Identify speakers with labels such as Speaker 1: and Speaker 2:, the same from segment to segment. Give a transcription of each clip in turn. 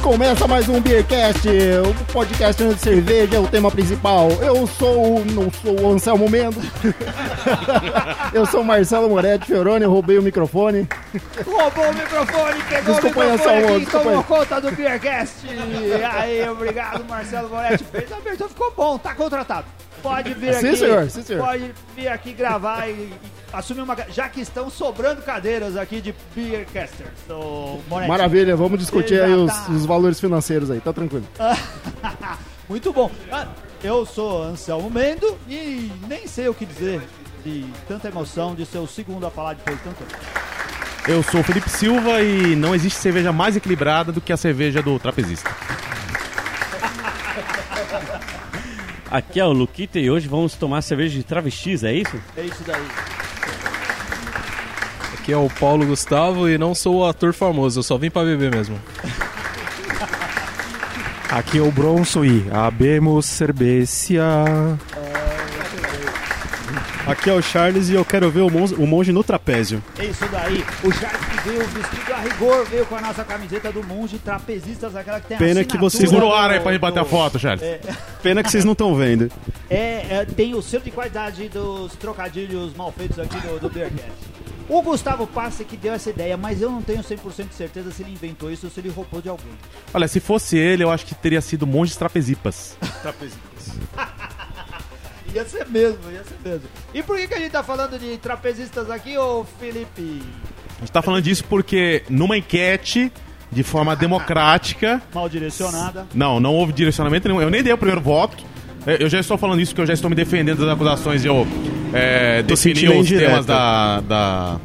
Speaker 1: começa mais um Beercast, o podcast de cerveja é o tema principal. Eu sou, o- não sou o Anselmo Mendo. Eu sou o Marcelo Moretti Fioroni, eu roubei o microfone.
Speaker 2: Roubou o microfone, pegou
Speaker 1: Desculpa
Speaker 2: o
Speaker 1: aí,
Speaker 2: microfone
Speaker 1: Anselmo,
Speaker 2: aqui e
Speaker 1: desculpa
Speaker 2: tomou
Speaker 1: aí.
Speaker 2: conta do Beercast. Aí, obrigado, Marcelo Moretti. Fez a abertura, ficou bom, tá contratado. Pode vir
Speaker 1: Sim,
Speaker 2: aqui.
Speaker 1: senhor, sim, senhor.
Speaker 2: Pode vir aqui gravar e, e assumir uma. ca- Já que estão sobrando cadeiras aqui de Beercasters. do Moretti.
Speaker 1: Maravilha, vamos discutir aí
Speaker 2: Ele
Speaker 1: os,
Speaker 2: já tá.
Speaker 1: os valores financeiros aí, tá tranquilo.
Speaker 2: Muito bom. Ah, Eu sou Anselmo Mendo e nem sei o que dizer de tanta emoção de ser o segundo a falar depois de tanto tempo.
Speaker 3: Eu sou o Felipe Silva e não existe cerveja mais equilibrada do que a cerveja do trapezista.
Speaker 4: Aqui é o Luquita e hoje vamos tomar cerveja de travestis, é isso?
Speaker 2: É isso daí.
Speaker 5: Aqui é o Paulo Gustavo e não sou o ator famoso, eu só vim pra beber mesmo.
Speaker 6: Aqui é o Bronson e abemos cerveja.
Speaker 7: Aqui é o Charles e eu quero ver o monge, o monge no trapézio.
Speaker 2: É Isso daí, o Jack que veio vestido a rigor, veio com a nossa camiseta do Monge Trapezistas, aquela que tem a
Speaker 7: Pena que
Speaker 2: assinatura
Speaker 7: vocês
Speaker 3: Segura o
Speaker 2: do-
Speaker 3: ar aí pra gente bater a
Speaker 2: do-
Speaker 3: foto, Charles.
Speaker 7: Pena que vocês não estão vendo.
Speaker 2: É, é, tem o selo de qualidade dos trocadilhos mal feitos aqui do, do Beercast. O Gustavo Passe que deu essa ideia, mas eu não tenho 100% de certeza se ele inventou isso ou se ele roubou de alguém.
Speaker 3: Olha, se fosse ele, eu acho que teria sido monges trapezipas.
Speaker 2: Ia ser mesmo, ia ser mesmo. E por que, que a gente tá falando de trapezistas aqui, ô Felipe?
Speaker 3: A gente tá falando disso porque numa enquete, de forma democrática...
Speaker 2: Mal direcionada.
Speaker 3: Não, não houve direcionamento nenhum. Eu nem dei o primeiro voto. É, Eu já estou falando isso porque eu já estou me defendendo das acusações de eu é, definir
Speaker 7: sentindo a
Speaker 3: os
Speaker 7: indireta.
Speaker 3: temas da, da,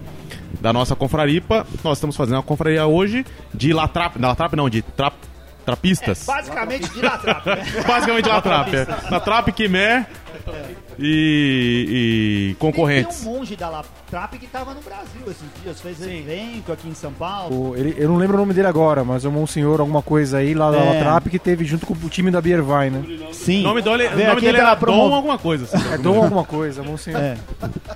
Speaker 3: da nossa confraripa. Nós estamos fazendo uma confraria hoje de latrap... Não, latrap não, de trap... trapistas.
Speaker 2: É, Basicamente de latrapa, né?
Speaker 3: Basicamente na Trap. é. Na Trap, Quimé e, e concorrentes.
Speaker 2: Tem um monge da La Trap que tava no Brasil esses dias, fez evento aqui em São Paulo.
Speaker 6: O- ele- eu não lembro o nome dele agora, mas é um senhor alguma coisa aí lá da
Speaker 2: É.
Speaker 6: La Trap que teve junto com o time da Biervine, né?
Speaker 3: O
Speaker 2: Sim.
Speaker 3: nome dele, é, o
Speaker 2: Vem
Speaker 3: nome
Speaker 2: aqui
Speaker 3: dele
Speaker 2: tá
Speaker 3: era
Speaker 2: promo-
Speaker 3: Dom alguma coisa. assim.
Speaker 6: É Dom alguma coisa, Monsenhor.
Speaker 2: Uhum. É.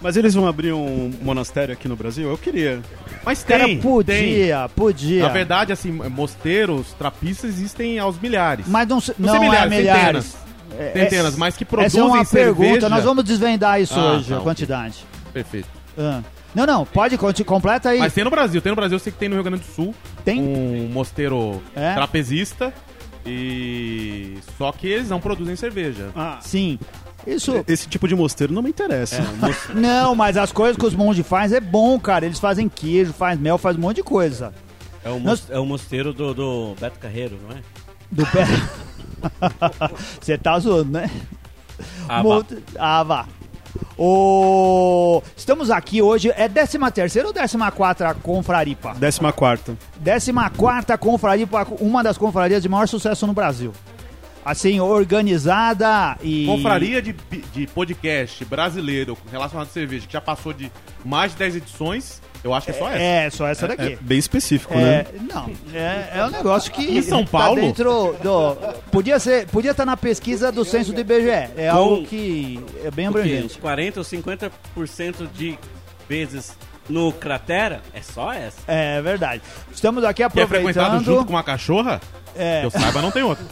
Speaker 7: Mas eles vão abrir um monastério aqui no Brasil? Eu queria.
Speaker 3: Mas
Speaker 2: Cara,
Speaker 3: tem, tem.
Speaker 2: podia, podia.
Speaker 3: Na verdade, assim, mosteiros, trapistas existem aos milhares.
Speaker 2: mas não, se- não,
Speaker 3: sei
Speaker 2: é
Speaker 3: milhares,
Speaker 2: milhares. É,
Speaker 3: centenas. Centenas, mas que
Speaker 2: Essa é
Speaker 3: produzem
Speaker 2: uma
Speaker 3: cerveja.
Speaker 2: pergunta, nós vamos desvendar isso
Speaker 3: Ah,
Speaker 2: hoje,
Speaker 3: tá,
Speaker 2: a
Speaker 3: ok.
Speaker 2: quantidade.
Speaker 3: Perfeito.
Speaker 2: Ah. Não, não, pode, conte- completa aí.
Speaker 3: Mas tem no Brasil, tem no Brasil, eu sei que tem no Rio Grande do Sul.
Speaker 2: Tem?
Speaker 3: Um mosteiro
Speaker 2: É?
Speaker 3: trapezista. E. Só que eles não produzem cerveja.
Speaker 2: Ah. Sim. Isso.
Speaker 7: Esse tipo de mosteiro não me
Speaker 2: É.
Speaker 7: interessa.
Speaker 2: Não, mas as coisas que os monges fazem é bom, cara. Eles fazem queijo, faz mel, faz um monte de coisa.
Speaker 4: É o,
Speaker 2: Nós-
Speaker 4: mos- é o mosteiro do, do Beto Carreiro, não é?
Speaker 2: Do pé. Você tá zoando, né?
Speaker 4: Ah,
Speaker 2: Mo- Ah, vá. O... Estamos aqui hoje, é 13 terceira ou 14 quarta confraripa?
Speaker 7: Décima quarta.
Speaker 2: 14 quarta confraripa, uma das confrarias de maior sucesso no Brasil. Assim, organizada e...
Speaker 3: Confraria de, de podcast brasileiro relacionado à cerveja, que já passou de mais de 10 edições, eu acho que é só essa.
Speaker 2: É, só essa
Speaker 7: É
Speaker 2: daqui.
Speaker 7: bem específico,
Speaker 2: É,
Speaker 7: né?
Speaker 2: não, é, é um negócio que
Speaker 3: Em São
Speaker 2: tá
Speaker 3: Paulo?
Speaker 2: dentro do, podia ser, podia estar na pesquisa do censo do IBGE. É algo que é bem
Speaker 4: Porque
Speaker 2: abrangente.
Speaker 4: uns 40 ou 50% de vezes no cratera é só essa.
Speaker 2: É verdade. Estamos aqui
Speaker 3: Que é frequentado junto
Speaker 2: aproveitando.
Speaker 3: com uma cachorra?
Speaker 2: É.
Speaker 3: Que eu saiba, não tem outra.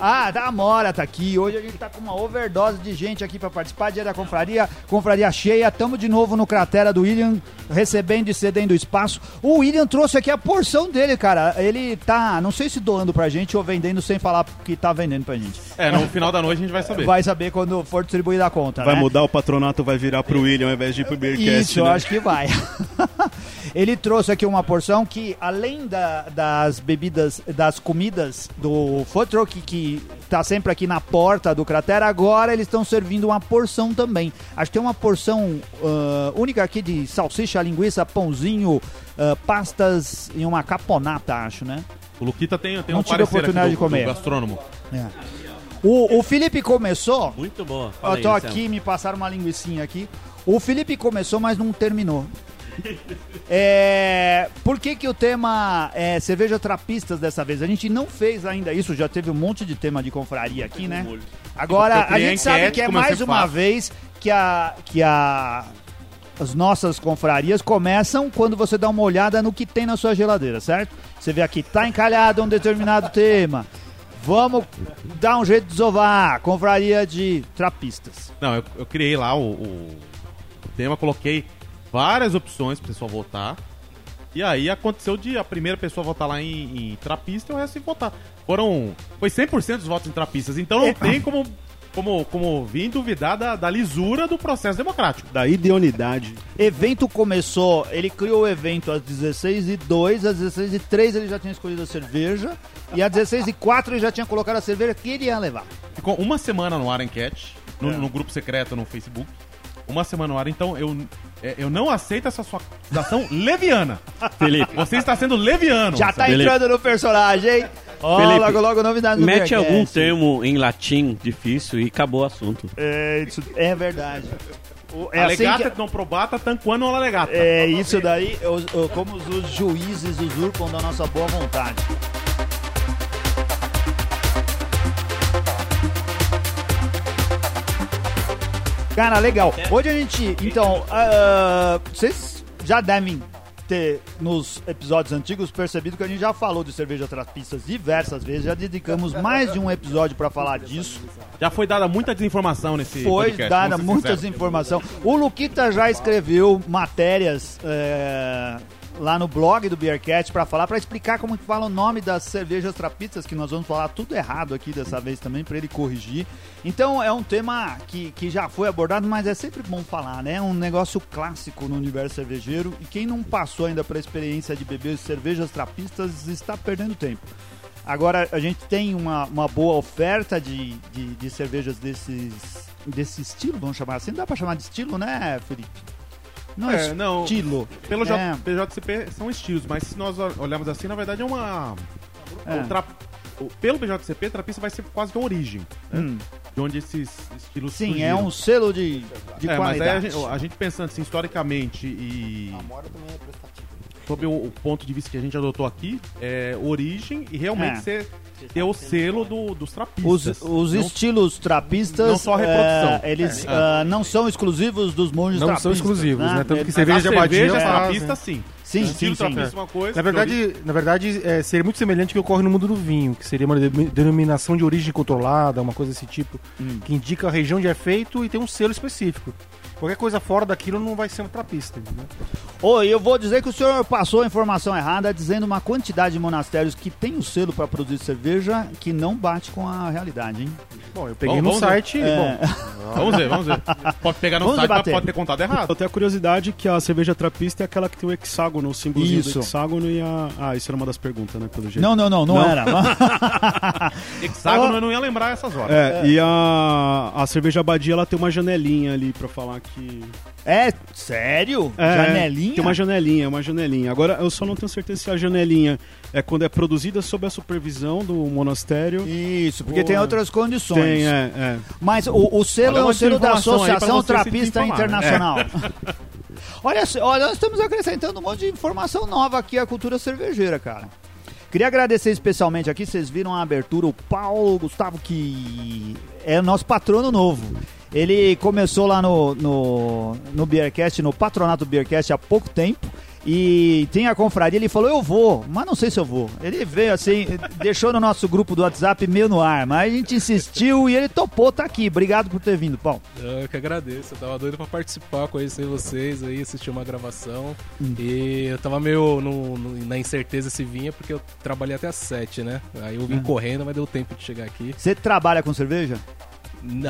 Speaker 2: Ah, da Amora tá aqui. Hoje a gente tá com uma overdose de gente aqui pra participar. Dia da confraria, confraria cheia. Tamo de novo no cratera do William, recebendo e cedendo espaço. O William trouxe aqui a porção dele, cara. Ele tá, não sei se doando pra gente ou vendendo sem falar que tá vendendo pra gente.
Speaker 3: É, no final da noite a gente vai saber.
Speaker 2: Vai saber quando for distribuir a conta,
Speaker 7: Vai
Speaker 2: né?
Speaker 7: mudar o patronato, vai virar pro William ao invés de ir pro Beercast.
Speaker 2: Isso, eu
Speaker 7: né?
Speaker 2: acho que vai. Ele trouxe aqui uma porção que, além da- das bebidas, das comidas do Footruck, que tá sempre aqui na porta do cratera, agora eles estão servindo uma porção também. Acho que tem uma porção ah, única aqui de salsicha, linguiça, pãozinho, ah, pastas e uma caponata, acho, né?
Speaker 3: O Luquita tem, tem
Speaker 2: Não
Speaker 3: um
Speaker 2: tive a
Speaker 3: parecer aqui
Speaker 2: oportunidade
Speaker 3: do,
Speaker 2: de comer.
Speaker 3: do gastrônomo.
Speaker 2: É. O, o Felipe começou
Speaker 4: Muito boa. Fala
Speaker 2: Eu tô
Speaker 4: aí, Anselmo.
Speaker 2: aqui, me passaram uma linguicinha aqui. O Felipe começou, mas não terminou. É, por que, que o tema é cerveja trapistas dessa vez? A gente não fez ainda isso, já teve um monte de tema de confraria aqui, né? Agora,
Speaker 3: Eu
Speaker 2: a
Speaker 3: criei
Speaker 2: gente sabe
Speaker 3: enquete,
Speaker 2: que é
Speaker 3: como eu
Speaker 2: mais
Speaker 3: sempre
Speaker 2: uma
Speaker 3: faço.
Speaker 2: vez que a, que a as nossas confrarias começam quando você dá uma olhada no que tem na sua geladeira, certo? Você vê aqui, tá encalhado um determinado tema. Vamos dar um jeito de desovar. Confraria de trapistas.
Speaker 3: Não, eu, eu criei lá o, o tema, coloquei várias opções pro pessoal votar. E aí aconteceu de a primeira pessoa votar lá em, em trapista e o resto em votar. Foram. Foi 100% dos votos em trapistas. Então
Speaker 2: É.
Speaker 3: não tem como, como, como vir duvidar da, da lisura do processo democrático.
Speaker 7: Da idoneidade.
Speaker 2: Evento começou, ele criou o evento às 16 e 2 às 16 e 3 ele já tinha escolhido a cerveja, e às 16 e 4 ele já tinha colocado a cerveja que ele ia levar.
Speaker 3: Ficou uma semana no ar a enquete, no,
Speaker 2: É.
Speaker 3: no grupo secreto no Facebook. Uma semana no ar, então eu, é, eu não aceito essa sua acusação leviana.
Speaker 7: Felipe.
Speaker 3: Você está sendo leviano.
Speaker 2: Já tá
Speaker 7: Felipe.
Speaker 2: entrando no personagem, hein? Ó,
Speaker 4: Felipe,
Speaker 2: logo logo novidade no
Speaker 4: Mete
Speaker 2: Beercast.
Speaker 4: algum termo em latim difícil e acabou o assunto.
Speaker 2: É, isso é verdade. O- É assim
Speaker 3: alegata
Speaker 2: que,
Speaker 3: não probata, tanquando ou alegata.
Speaker 2: é isso daí, os- o- como os- os juízes usurpam da nossa boa vontade. Cara, legal. Hoje a gente. Então, ah, vocês já devem ter nos episódios antigos percebido que a gente já falou de cerveja trapistas diversas vezes, já dedicamos mais de um episódio pra falar disso.
Speaker 3: Já foi dada muita desinformação nesse
Speaker 2: Foi
Speaker 3: podcast,
Speaker 2: dada
Speaker 3: vamos ser
Speaker 2: muitas
Speaker 3: sinceros.
Speaker 2: informações. O Luquita já escreveu matérias é, lá no blog do Beercat pra falar, pra explicar como que fala o nome das cervejas trapistas, que nós vamos falar tudo errado aqui dessa vez também, pra ele corrigir. Então é um tema que, que já foi abordado, mas é sempre bom falar, né? É um negócio clássico no universo cervejeiro e quem não passou ainda pela experiência de beber cervejas trapistas está perdendo tempo. Agora, a gente tem uma, uma boa oferta de, de, de cervejas desses, desse estilo, vamos chamar assim. Não dá pra chamar de estilo, né, Felipe? Não é,
Speaker 3: É, não.
Speaker 2: estilo.
Speaker 3: Pelo J-
Speaker 2: é,
Speaker 3: PJCP são estilos, mas se nós ol- olharmos assim, na verdade é uma.
Speaker 2: É.
Speaker 3: o tra- o- Pelo PJCP, trapista vai ser quase que a origem, né?
Speaker 2: hum,
Speaker 3: de onde esses estilos
Speaker 2: sim, é
Speaker 3: surgiram.
Speaker 2: um selo de, de
Speaker 3: É, mas aí a
Speaker 2: qualidade.
Speaker 3: gente, a gente pensando assim, historicamente e
Speaker 1: Amora também é prestativo.
Speaker 3: sobre o, o ponto de vista que a gente adotou aqui, é origem e realmente
Speaker 2: É.
Speaker 3: ser, ter o selo do- dos
Speaker 2: Os,
Speaker 3: trapistas.
Speaker 2: os
Speaker 3: Não-
Speaker 2: estilos trapistas.
Speaker 3: não só a reprodução.
Speaker 2: é, eles ah, não são exclusivos dos monges
Speaker 6: Não
Speaker 2: trapistas.
Speaker 6: são exclusivos, né? Tanto que
Speaker 2: Eles-
Speaker 3: as
Speaker 6: cerveja abadia.
Speaker 3: cervejas
Speaker 6: fazem-
Speaker 3: trapistas, Ah, sim.
Speaker 2: Sim, sim,
Speaker 3: Estilo
Speaker 2: sim.
Speaker 3: trapista é uma coisa.
Speaker 6: Na verdade, na verdade é, seria muito semelhante ao que ocorre no mundo do vinho, que seria uma de- denominação de origem controlada, uma coisa desse tipo,
Speaker 2: Hum.
Speaker 6: que indica a região onde é feito e tem um selo específico. Qualquer coisa fora daquilo não vai ser um trapista. Né?
Speaker 2: Oi, eu vou dizer que o senhor passou a informação errada dizendo uma quantidade de monastérios que tem o selo pra produzir cerveja que não bate com a realidade, hein?
Speaker 6: Bom, eu peguei
Speaker 3: Bom,
Speaker 6: no
Speaker 3: vamos ver.
Speaker 6: site.
Speaker 2: É.
Speaker 6: Bom,
Speaker 3: Vamos ver, vamos ver. Pode pegar no
Speaker 2: Vamos
Speaker 3: site, mas
Speaker 2: debater.
Speaker 3: pode ter contado
Speaker 2: Ah.
Speaker 3: errado.
Speaker 7: Eu tenho a curiosidade que a cerveja trapista é aquela que tem o hexágono, o símbolozinho
Speaker 2: Isso.
Speaker 7: do hexágono e a. Ah, isso era uma das perguntas, né? Pelo jeito.
Speaker 2: Não, não, não, não, era.
Speaker 3: Hexágono eu não ia lembrar essas horas.
Speaker 7: É, e a, a cerveja abadia ela tem uma janelinha ali pra falar que.
Speaker 2: É, sério?
Speaker 7: É,
Speaker 2: Janelinha?
Speaker 7: Tem uma janelinha, uma janelinha. Agora eu só não tenho certeza se a janelinha é quando é produzida sob a supervisão do monastério.
Speaker 2: Isso, porque tem
Speaker 7: Boa.
Speaker 2: outras condições.
Speaker 7: Tem, é, é.
Speaker 2: Mas o, o selo
Speaker 3: Olha
Speaker 2: é o
Speaker 3: uma
Speaker 2: selo da
Speaker 3: informação aí pra
Speaker 2: Associação
Speaker 3: você se
Speaker 2: Trapista
Speaker 3: desinformar, né?
Speaker 2: Internacional. olha, só, olha, nós estamos acrescentando um monte de informação nova aqui à cultura cervejeira, cara. Queria agradecer especialmente aqui, vocês viram a abertura, o Paulo Gustavo, que é nosso patrono novo. Ele começou lá no, no, no Beercast, no patronato Beercast há pouco tempo. E tem a confraria, ele falou, eu vou, mas não sei se eu vou. Ele veio assim, deixou no nosso grupo do WhatsApp meio no ar, mas a gente insistiu e ele topou, tá aqui. Obrigado por ter vindo, Paulo.
Speaker 5: Eu que agradeço, eu tava doido pra participar, conhecer vocês aí, assistir uma gravação. E eu tava meio no- no- na incerteza se vinha, porque eu trabalhei até às 7, né? Aí eu vim correndo, mas deu tempo de chegar aqui.
Speaker 2: Você trabalha com cerveja?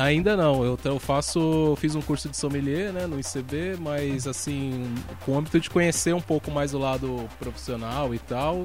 Speaker 5: Ainda não, eu, eu faço. eu Fiz um curso de sommelier, né, no ICB, mas assim, com o âmbito de conhecer um pouco mais o lado profissional e tal,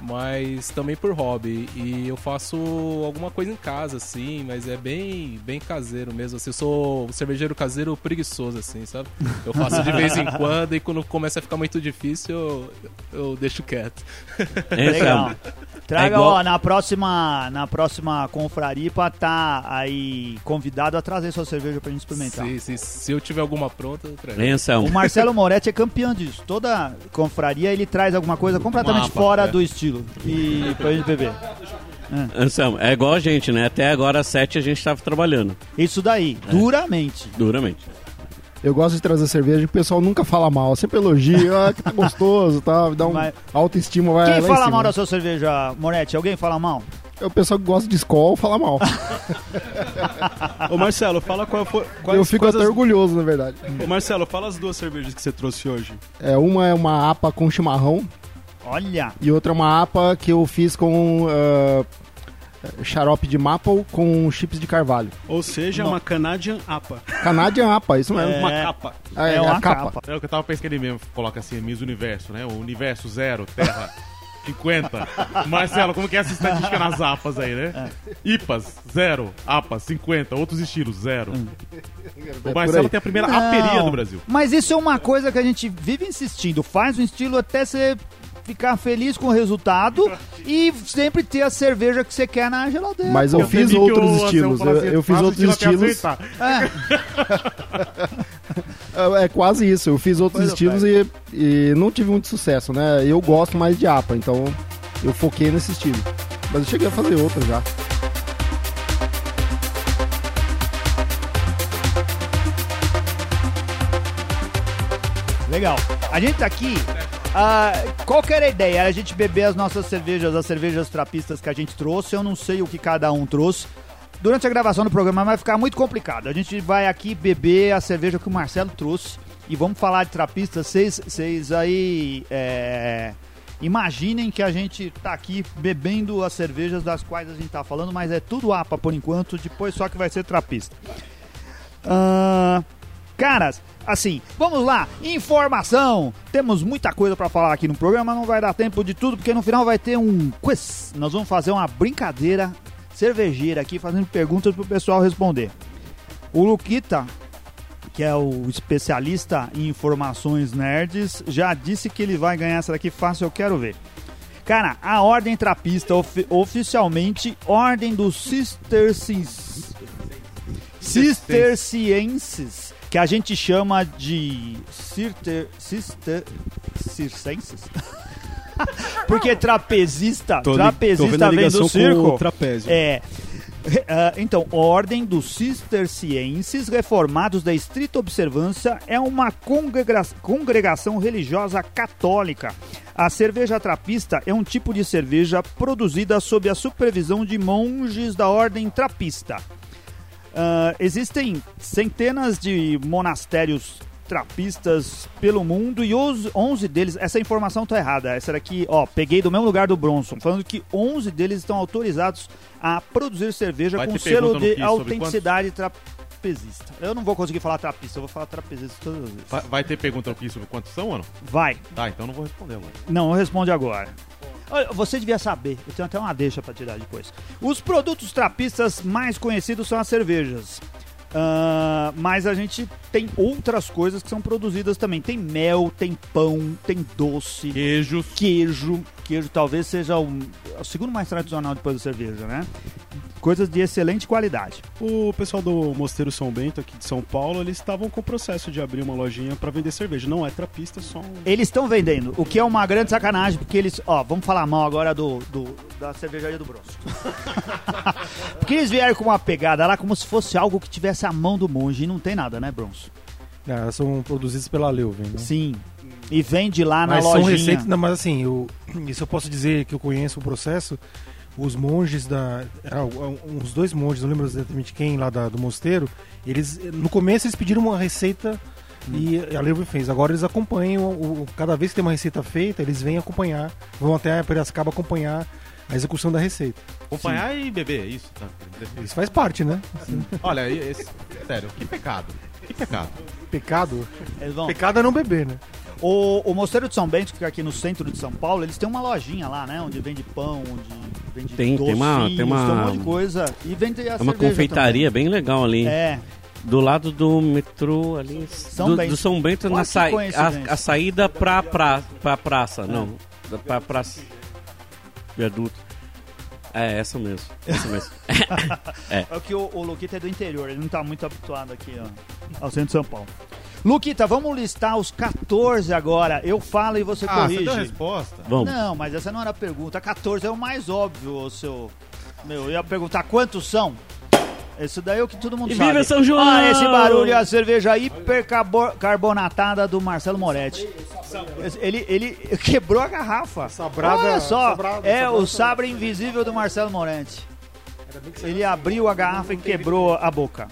Speaker 5: mas também por hobby. E eu faço alguma coisa em casa, assim, mas é bem, bem caseiro mesmo. Assim, eu sou um cervejeiro caseiro preguiçoso, assim, sabe? Eu faço de vez em quando e quando começa a ficar muito difícil, eu, eu deixo quieto.
Speaker 4: Esse é
Speaker 2: Legal.
Speaker 4: o-
Speaker 2: Traga,
Speaker 4: É igual-
Speaker 2: ó, na próxima, na próxima confraria pra tá aí convidado a trazer sua cerveja pra gente experimentar.
Speaker 5: Se, se, se eu tiver alguma pronta, eu trago.
Speaker 4: Hein,
Speaker 2: O
Speaker 4: Anselmo?
Speaker 2: Marcelo Moretti é campeão disso. Toda confraria ele traz alguma coisa completamente
Speaker 3: Mapa,
Speaker 2: fora
Speaker 3: é.
Speaker 2: do estilo. E pra gente beber.
Speaker 4: Anselmo, é igual a gente, né? Até agora às sete a gente tava trabalhando,
Speaker 2: Isso daí, duramente.
Speaker 4: duramente. É
Speaker 1: Eu gosto de trazer cerveja que o pessoal nunca fala mal, sempre elogia, ah, que tá gostoso, tá, dá um
Speaker 2: Mas-
Speaker 1: autoestima, vai
Speaker 2: Quem
Speaker 1: É, lá em
Speaker 2: fala
Speaker 1: cima. né?
Speaker 2: mal da sua cerveja, Moretti? Alguém fala mal?
Speaker 1: É o pessoal que gosta de escola fala mal.
Speaker 7: É, Ô Marcelo, fala qual foi. Quais
Speaker 1: eu fico
Speaker 7: coisas...
Speaker 1: até orgulhoso, na verdade.
Speaker 7: Ô Marcelo, fala as duas cervejas que você trouxe hoje.
Speaker 1: É, uma é uma APA com chimarrão
Speaker 2: Olha,
Speaker 1: e outra é uma APA que eu fiz com ah, xarope de maple com chips de carvalho.
Speaker 7: Ou seja, é uma Canadian APA.
Speaker 1: Canadian APA, isso mesmo.
Speaker 7: Uma capa.
Speaker 1: Ah,
Speaker 2: é,
Speaker 1: a
Speaker 2: uma capa.
Speaker 3: É o que eu tava pensando ele mesmo, coloca assim, Miss Universo, né? O Universo zero, Terra 50. Marcelo, como que é essa estatística nas APAs aí, né?
Speaker 7: É.
Speaker 3: IPAs, zero, APAs, 50, outros estilos, zero.
Speaker 7: Hum,
Speaker 1: É
Speaker 3: O
Speaker 1: por
Speaker 3: Marcelo
Speaker 1: aí.
Speaker 3: tem a primeira
Speaker 2: Não,
Speaker 3: aperia do Brasil.
Speaker 2: Mas isso é uma coisa que a gente vive insistindo. Faz um estilo até você ficar feliz com o resultado e sempre ter a cerveja que você quer na geladeira.
Speaker 1: Mas eu, fiz
Speaker 3: vi que
Speaker 1: outros
Speaker 3: o Anselmo
Speaker 1: estilos.
Speaker 3: falou
Speaker 1: Eu,
Speaker 3: assim,
Speaker 1: eu fiz
Speaker 3: "Faça
Speaker 1: outros
Speaker 3: estilo até
Speaker 1: estilos.
Speaker 3: aceitar".
Speaker 1: É é quase isso. Eu fiz outros
Speaker 2: Pois é,
Speaker 1: estilos e, e não tive muito sucesso, né? Eu gosto mais de APA, então eu foquei nesse estilo. Mas eu cheguei a fazer outra já.
Speaker 2: Legal. A gente tá aqui. ah, qual que era a ideia? Era a gente beber as nossas cervejas, as cervejas trapistas que a gente trouxe. Eu não sei o que cada um trouxe. Durante a gravação do programa vai ficar muito complicado. A gente vai aqui beber a cerveja que o Marcelo trouxe. E vamos falar de trapistas. Vocês vocês aí. é, Imaginem que a gente tá aqui bebendo as cervejas das quais a gente tá falando, mas é tudo APA por enquanto, depois só que vai ser trapista. Ah, Ahn. Caras, assim, vamos lá, informação. Temos muita coisa pra falar aqui no programa, não vai dar tempo de tudo, porque no final vai ter um quiz. Nós vamos fazer uma brincadeira cervejeira aqui, fazendo perguntas pro pessoal responder. O Luquita, que é o especialista em informações nerds, já disse que ele vai ganhar essa daqui fácil, eu quero ver. Cara, a Ordem Trapista, ofi- oficialmente Ordem dos Cistercienses. Cistercienses, que a gente chama de Cister, Cister, Circenses. Porque trapezista,
Speaker 7: Tô li- tô vendo
Speaker 2: trapezista
Speaker 7: a
Speaker 2: vem do
Speaker 7: ligação com
Speaker 2: circo.
Speaker 7: o trapézio.
Speaker 2: É. Re- ah, então, Ordem dos Cistercienses Reformados da Estrita Observância é uma congrega- congregação religiosa católica. A cerveja trapista é um tipo de cerveja produzida sob a supervisão de monges da Ordem Trapista. Ah, existem centenas de monastérios trapistas pelo mundo e os 11 deles, essa informação tá errada, essa daqui, ó, peguei do mesmo lugar do Bronson, falando que 11 deles estão autorizados a produzir cerveja
Speaker 3: Vai
Speaker 2: com
Speaker 3: ter
Speaker 2: selo
Speaker 3: pergunta no
Speaker 2: de
Speaker 3: quiz sobre
Speaker 2: autenticidade trapezista. Eu não vou conseguir falar trapista, eu vou falar trapezista todas as vezes.
Speaker 3: Vai, vai ter pergunta aqui sobre quantos são, mano?
Speaker 2: Vai.
Speaker 3: Tá, então eu não vou responder agora.
Speaker 2: Não, responde agora. Olha, você devia saber, eu tenho até uma deixa pra tirar depois. Os produtos trapistas mais conhecidos são as cervejas. Ah, mas a gente tem outras coisas que são produzidas também. Tem mel, tem pão, tem doce,
Speaker 3: Queijos.
Speaker 2: queijo. Queijo talvez seja o, o segundo mais tradicional depois da cerveja, né? Coisas de excelente qualidade.
Speaker 7: O pessoal do Mosteiro São Bento, aqui de São Paulo, eles estavam com o processo de abrir uma lojinha pra vender cerveja. Não é trapista, é só um.
Speaker 2: Eles estão vendendo, o que é uma grande sacanagem, porque eles. Ó, vamos falar mal agora do, do- da cervejaria do Bronson. porque eles vieram com uma pegada lá como se fosse algo que tivesse a mão do monge. E não tem nada, né, Bronson?
Speaker 6: É, elas são produzidas pela Leuven, né?
Speaker 2: Sim. E vende lá na
Speaker 6: Mas são
Speaker 2: lojinha.
Speaker 6: receitas, não, mas assim, eu, isso eu posso dizer que eu conheço o processo. Os monges da. ah, um- Uns dois monges, não lembro exatamente quem lá da- do mosteiro, eles. No começo eles pediram uma receita
Speaker 2: Hum.
Speaker 6: e a Leuven fez. Agora eles acompanham. o- cada vez que tem uma receita feita, eles vêm acompanhar, vão até Piracicaba acompanhar a execução da receita.
Speaker 3: Acompanhar e beber, é isso. Tá.
Speaker 6: Isso faz parte, né?
Speaker 3: Olha, e- esse- sério, que pecado. Que pecado.
Speaker 6: Pecado.
Speaker 2: Eles vão-
Speaker 6: Pecado é não beber, né?
Speaker 2: O, o Mosteiro de São Bento, que fica aqui no centro de São Paulo, eles têm uma lojinha lá, né? Onde vende pão, onde vende
Speaker 4: Tem- tem uma-
Speaker 2: docinhos,
Speaker 4: tem uma-
Speaker 2: um monte de coisa. E vende a
Speaker 4: É uma
Speaker 2: cerveja
Speaker 4: confeitaria bem legal ali.
Speaker 2: também. É.
Speaker 4: Do lado do metrô ali. São do,
Speaker 2: Bento.
Speaker 4: do São Bento
Speaker 2: Olha
Speaker 4: na
Speaker 2: que
Speaker 4: sai-
Speaker 2: coincidência. É.
Speaker 4: a, a saída pra, pra, pra praça. Não. da- Pra praça. Viaduto. É, essa mesmo. Essa mesmo.
Speaker 2: É que o, o Luquita é do interior, ele não tá muito habituado aqui ó, ao centro de São Paulo. Luquita, vamos listar os 14 agora. Eu falo e você
Speaker 3: Ah, você
Speaker 2: corrige.
Speaker 3: deu a resposta.
Speaker 4: Vamos.
Speaker 2: Não, mas essa não era a pergunta. 14 é o mais óbvio, ô seu. Meu, eu ia perguntar quantos são? Isso daí é o que todo mundo
Speaker 4: E
Speaker 2: sabe.
Speaker 4: viva São João!
Speaker 2: Ah, esse barulho é a cerveja hipercarbonatada do Marcelo Moretti. Ele, ele quebrou a garrafa.
Speaker 6: Sabrada-
Speaker 2: Olha só,
Speaker 6: Sabrada-
Speaker 2: é
Speaker 6: Sabrada-
Speaker 2: o sabre invisível do Marcelo Moretti. Ele abriu a garrafa e quebrou a boca.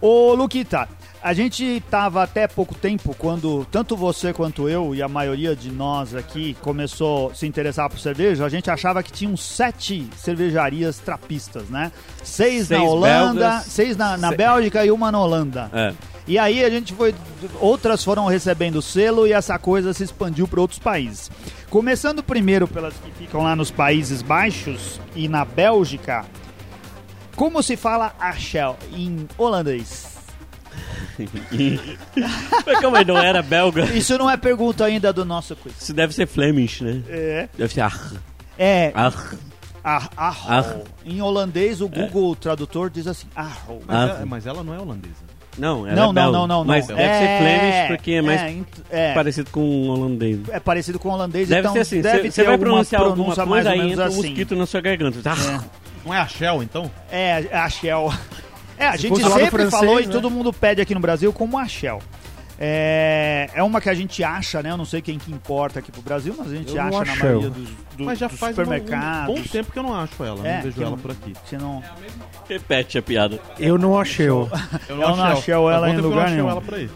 Speaker 2: Ô, Luquita, a gente tava até pouco tempo quando tanto você quanto eu e a maioria de nós aqui começou a se interessar por cerveja, a gente achava que tinham sete cervejarias trapistas, né? Seis, na
Speaker 4: Seis
Speaker 2: Holanda,
Speaker 4: belgas.
Speaker 2: seis na, na
Speaker 4: Se-
Speaker 2: Bélgica e uma na Holanda.
Speaker 4: É.
Speaker 2: E aí a gente foi. Outras foram recebendo selo e essa coisa se expandiu para outros países. Começando primeiro pelas que ficam lá nos Países Baixos e na Bélgica. Como se fala Achel em holandês?
Speaker 4: Mas calma aí, não era belga.
Speaker 2: Isso não é pergunta ainda do nosso quiz.
Speaker 4: Isso deve ser Flemish, né?
Speaker 2: É.
Speaker 4: Deve ser Ar.
Speaker 2: É,
Speaker 4: Ar.
Speaker 2: ar, arro.
Speaker 4: Arro.
Speaker 2: Em holandês,
Speaker 4: É.
Speaker 2: o Google Tradutor diz assim, arro.
Speaker 3: Mas,
Speaker 4: Ah,
Speaker 3: ela, mas ela não é holandesa.
Speaker 4: Não, era
Speaker 2: Não, não,
Speaker 4: belga.
Speaker 2: não, não, não.
Speaker 4: Mas deve ser Flemish porque é mais
Speaker 2: É, ent- é,
Speaker 4: parecido com um holandês.
Speaker 2: é parecido com o holandês,
Speaker 4: Deve
Speaker 2: então
Speaker 4: ser assim,
Speaker 2: deve
Speaker 4: você
Speaker 2: ter
Speaker 4: vai
Speaker 2: alguma
Speaker 4: pronunciar alguma
Speaker 2: pronúncia mais
Speaker 4: coisa,
Speaker 2: ou
Speaker 4: aí
Speaker 2: menos
Speaker 4: entra um
Speaker 2: assim.
Speaker 4: mosquito na sua garganta. Ah,
Speaker 3: Não é a Shell, então?
Speaker 2: É, a Shell. É, a
Speaker 6: Se
Speaker 2: gente
Speaker 6: fosse lá no
Speaker 2: sempre
Speaker 6: francês,
Speaker 2: falou e
Speaker 6: né?
Speaker 2: todo mundo pede aqui no Brasil como a Shell. É, é uma que a gente acha, né? Eu não sei quem que importa aqui pro Brasil, mas a gente
Speaker 6: Eu não
Speaker 2: acha na
Speaker 6: acho
Speaker 2: maioria
Speaker 6: ela.
Speaker 2: dos, do,
Speaker 3: Mas já
Speaker 2: dos
Speaker 3: faz um, um
Speaker 2: supermercados.
Speaker 3: bom tempo que eu não acho ela.
Speaker 2: É,
Speaker 3: não vejo
Speaker 2: que
Speaker 3: ela
Speaker 2: não-
Speaker 3: por aqui.
Speaker 2: Você não...
Speaker 4: Repete a piada.
Speaker 6: Eu não achei. ó.
Speaker 2: Eu
Speaker 3: Eu
Speaker 2: não acho ela
Speaker 3: Faz bom
Speaker 2: em
Speaker 3: tempo que eu
Speaker 2: lugar
Speaker 3: não acho
Speaker 2: nenhum.
Speaker 3: ela por aí.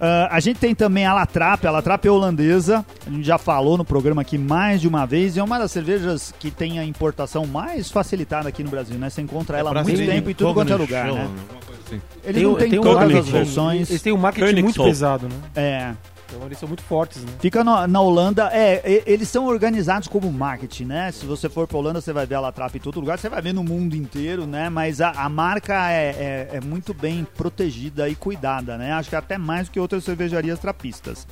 Speaker 2: Ah, a gente tem também a Latrap, a Latrap é holandesa, a gente já falou no programa aqui mais de uma vez, e é uma das cervejas que tem a importação mais facilitada aqui no Brasil, né? Você
Speaker 6: É
Speaker 2: encontra ela há muito
Speaker 3: Brasileiro,
Speaker 2: tempo em tudo quanto é
Speaker 3: Cognishell,
Speaker 2: lugar, né?
Speaker 3: alguma coisa assim.
Speaker 2: Eles não têm
Speaker 6: um
Speaker 2: todas
Speaker 6: marketing-
Speaker 2: as versões.
Speaker 6: Eles têm um marketing
Speaker 4: Koenigsegg.
Speaker 6: muito pesado, né?
Speaker 2: É,
Speaker 6: Então eles são muito fortes, né?
Speaker 2: Fica na- na Holanda, é, e- eles são organizados como marketing, né? Se você for pra Holanda, você vai ver a Latrap em todo lugar, você vai ver no mundo inteiro, né? Mas a, a marca é, é- é muito bem protegida e cuidada, né? Acho que até mais do que outras cervejarias trapistas.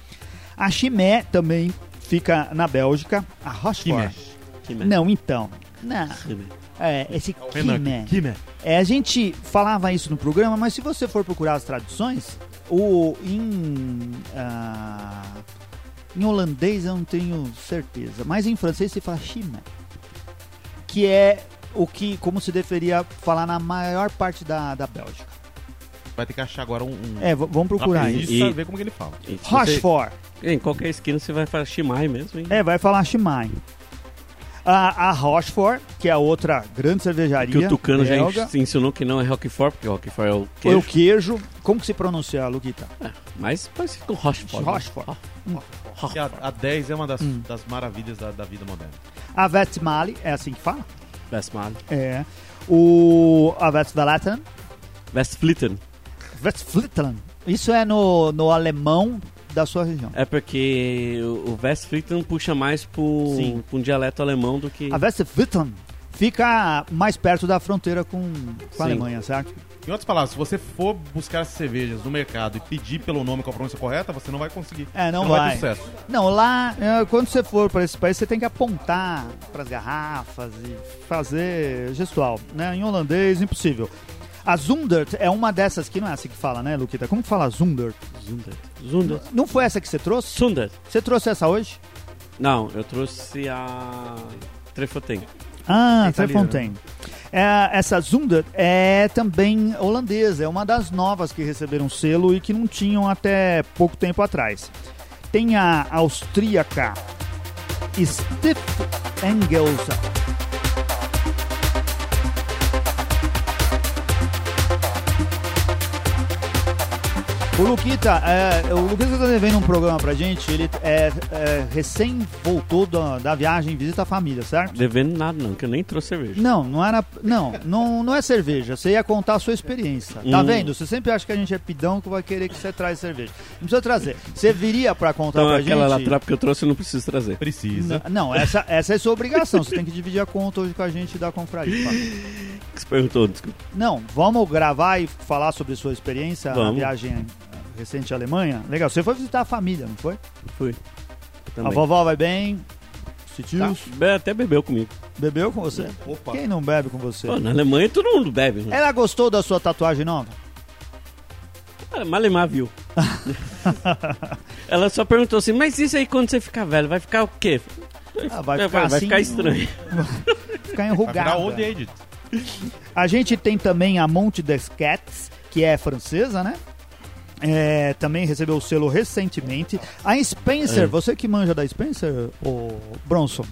Speaker 2: A Chimé também fica na Bélgica. A Rochefort.
Speaker 4: Chimé.
Speaker 2: Não, então. Não.
Speaker 4: Chimé.
Speaker 2: É, esse Chimé.
Speaker 3: Kimé.
Speaker 2: É, a gente falava isso no programa, mas se você for procurar as traduções, o em ah, em holandês eu não tenho certeza, mas em francês se fala chimé, que é o que como se deveria falar na maior parte da, da Bélgica.
Speaker 3: Vai ter que achar agora um... um...
Speaker 2: É, v- vamos procurar isso.
Speaker 3: isso.
Speaker 4: E-
Speaker 3: ver como que ele fala.
Speaker 4: E se você-
Speaker 2: Rochefort.
Speaker 4: Em qualquer esquina você vai falar Shimai mesmo, hein?
Speaker 2: É, vai falar chimay. A, a Rochefort, que é a outra grande cervejaria.
Speaker 4: Que o Tucano já
Speaker 2: É, belga.
Speaker 4: ens- ensinou que não é Roquefort, porque Roquefort é o
Speaker 2: Foi
Speaker 4: queijo. É,
Speaker 2: o queijo. Como que se pronuncia, Luquita?
Speaker 4: Mas parecido com Rochefort. né?
Speaker 2: Rochefort.
Speaker 3: E a, a 10 é uma das,
Speaker 2: Hum.
Speaker 3: das maravilhas da, da vida moderna.
Speaker 2: A Vetmali, é assim que fala?
Speaker 4: Westmalle.
Speaker 2: É. O. A Westflatan.
Speaker 4: Westflitten.
Speaker 2: Westflatan. Isso é no, no alemão da sua região.
Speaker 4: É porque o o Westflitten puxa mais pro,
Speaker 2: Sim.
Speaker 4: pro um dialeto alemão do que...
Speaker 2: A Westflatan fica mais perto da fronteira com, com a
Speaker 4: Sim.
Speaker 2: Alemanha, certo?
Speaker 3: Em outras palavras, se você for buscar essas cervejas no mercado e pedir pelo nome com a pronúncia correta, você não vai conseguir.
Speaker 2: É, não
Speaker 3: Você
Speaker 2: vai.
Speaker 3: ter sucesso.
Speaker 2: Não, lá, é, quando você for para esse país, você tem que apontar para as garrafas e fazer gestual, né? Em holandês, impossível. A Zundert é uma dessas que não é assim que fala, né, Luquita? Como que fala Zundert?
Speaker 4: Zundert. Zundert.
Speaker 2: Não foi essa que você trouxe?
Speaker 4: Zundert.
Speaker 2: Você trouxe essa hoje?
Speaker 4: Não, eu trouxe a... Trefoten.
Speaker 2: Ah,
Speaker 6: É italiana.
Speaker 2: Trefontaine. É, essa Zundert é também holandesa, é uma das novas que receberam selo e que não tinham até pouco tempo atrás. Tem a austríaca Stiff Engelsa. O Luquita, é, o Luquita tá devendo um programa pra gente, ele é, é, recém voltou da, da viagem, visita a família, certo?
Speaker 4: Devendo nada não, que eu nem trouxe cerveja.
Speaker 2: Não, não era. Não, não, não é cerveja. Você ia contar a sua experiência. Tá
Speaker 4: Hum.
Speaker 2: vendo? Você sempre acha que a gente é pidão que vai querer que você traz cerveja. Não precisa trazer. Você viria pra contar
Speaker 4: Então
Speaker 2: pra
Speaker 4: aquela
Speaker 2: gente.
Speaker 4: lá atrás que eu trouxe eu não preciso trazer.
Speaker 3: Precisa.
Speaker 2: N- Não, essa, essa é sua obrigação. Você tem que dividir a conta hoje com a gente da confraria. Fábio.
Speaker 4: Que você perguntou, desculpa.
Speaker 2: Não, vamos gravar e falar sobre sua experiência na
Speaker 4: Vamos.
Speaker 2: viagem recente à Alemanha? Legal. Você foi visitar a família, não foi?
Speaker 4: Fui.
Speaker 2: A
Speaker 4: Também.
Speaker 2: vovó vai bem. Os tios.
Speaker 4: Be- Até bebeu comigo.
Speaker 2: Bebeu com você?
Speaker 3: Opa.
Speaker 2: Quem não bebe com você?
Speaker 4: Pô, na Alemanha todo mundo bebe, né?
Speaker 2: Ela gostou da sua tatuagem nova?
Speaker 4: Ah, Malemar viu. Ela só perguntou assim, mas isso aí quando você ficar velho, vai ficar o quê?
Speaker 2: Ah,
Speaker 4: Vai,
Speaker 2: vai
Speaker 4: vai
Speaker 2: ficar assim,
Speaker 4: ficar estranho.
Speaker 2: Ficar
Speaker 3: Vai virar
Speaker 2: enrugada.
Speaker 3: old aged.
Speaker 2: A gente tem também a Monte des Cats, que é francesa, né? É, também recebeu o selo recentemente. A
Speaker 6: É.
Speaker 2: Spencer, você que manja da Spencer, o Bronson,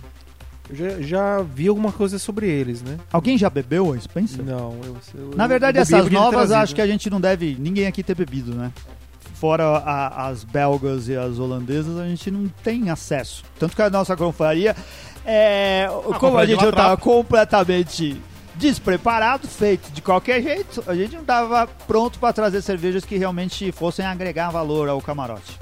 Speaker 6: Eu já, já vi alguma coisa sobre eles, né?
Speaker 2: alguém já bebeu a Spencer?
Speaker 6: Não, eu, eu-
Speaker 2: Na verdade,
Speaker 6: eu né?
Speaker 2: essas
Speaker 6: podia ter
Speaker 2: novas
Speaker 6: trazido.
Speaker 2: acho que é a gente não deve ninguém aqui ter bebido, né? Fora a- as belgas e as holandesas, a gente não tem acesso. Tanto que a nossa confraria, é, como a
Speaker 3: confraria
Speaker 2: gente
Speaker 3: de
Speaker 2: não estava
Speaker 3: latrapa.
Speaker 2: completamente despreparado, feito de qualquer jeito, a gente não estava pronto para trazer cervejas que realmente fossem agregar valor ao camarote.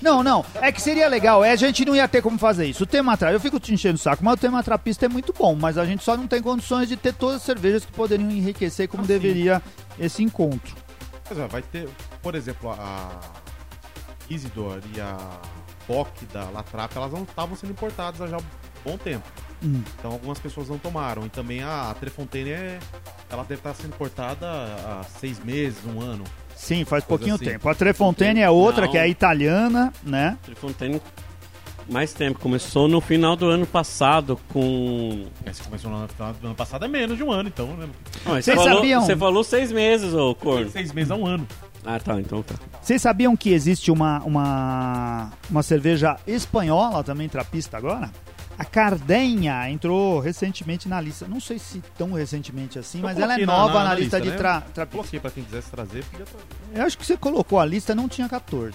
Speaker 2: Não, não. É que seria legal. É, a gente não ia ter como fazer isso. O tema tra... Eu fico te enchendo o saco, mas o tema trapista é muito bom. Mas a gente só não tem condições de ter todas as cervejas que poderiam enriquecer
Speaker 3: Ah,
Speaker 2: como deveria esse encontro.
Speaker 3: Mas, ó, é, vai ter, por exemplo, a Isidor e a Bock da Latrap, elas não estavam sendo importadas há já um bom tempo.
Speaker 2: Hum.
Speaker 3: Então algumas pessoas não tomaram. E também a Trefontaine, é- ela deve estar sendo importada há seis meses, um ano.
Speaker 2: Sim, faz
Speaker 3: Coisa
Speaker 2: pouquinho
Speaker 3: assim.
Speaker 2: tempo. A Trefontaine é outra,
Speaker 4: Não.
Speaker 2: que é italiana, né?
Speaker 4: Trifontaine mais tempo. Começou no final do ano passado com.
Speaker 3: Mas se começou no ano, no ano passado é menos de um ano, então, né?
Speaker 4: Não, mas
Speaker 2: Vocês
Speaker 4: falou,
Speaker 2: sabiam?
Speaker 4: Você falou seis meses, ô corno.
Speaker 3: Seis meses é um ano.
Speaker 4: Ah, tá, então tá.
Speaker 2: Vocês sabiam que existe uma, uma, uma cerveja espanhola também trapista agora? A Cardenha entrou recentemente na lista. Não sei se tão recentemente assim,
Speaker 3: Eu
Speaker 2: mas ela é
Speaker 3: coloquei na-
Speaker 2: nova na,
Speaker 3: na- na
Speaker 2: lista,
Speaker 3: lista,
Speaker 2: de
Speaker 3: né?
Speaker 2: tra, trapista.
Speaker 3: Coloquei pra quem quisesse trazer, podia trazer.
Speaker 2: Eu acho que você colocou a lista, não tinha 14.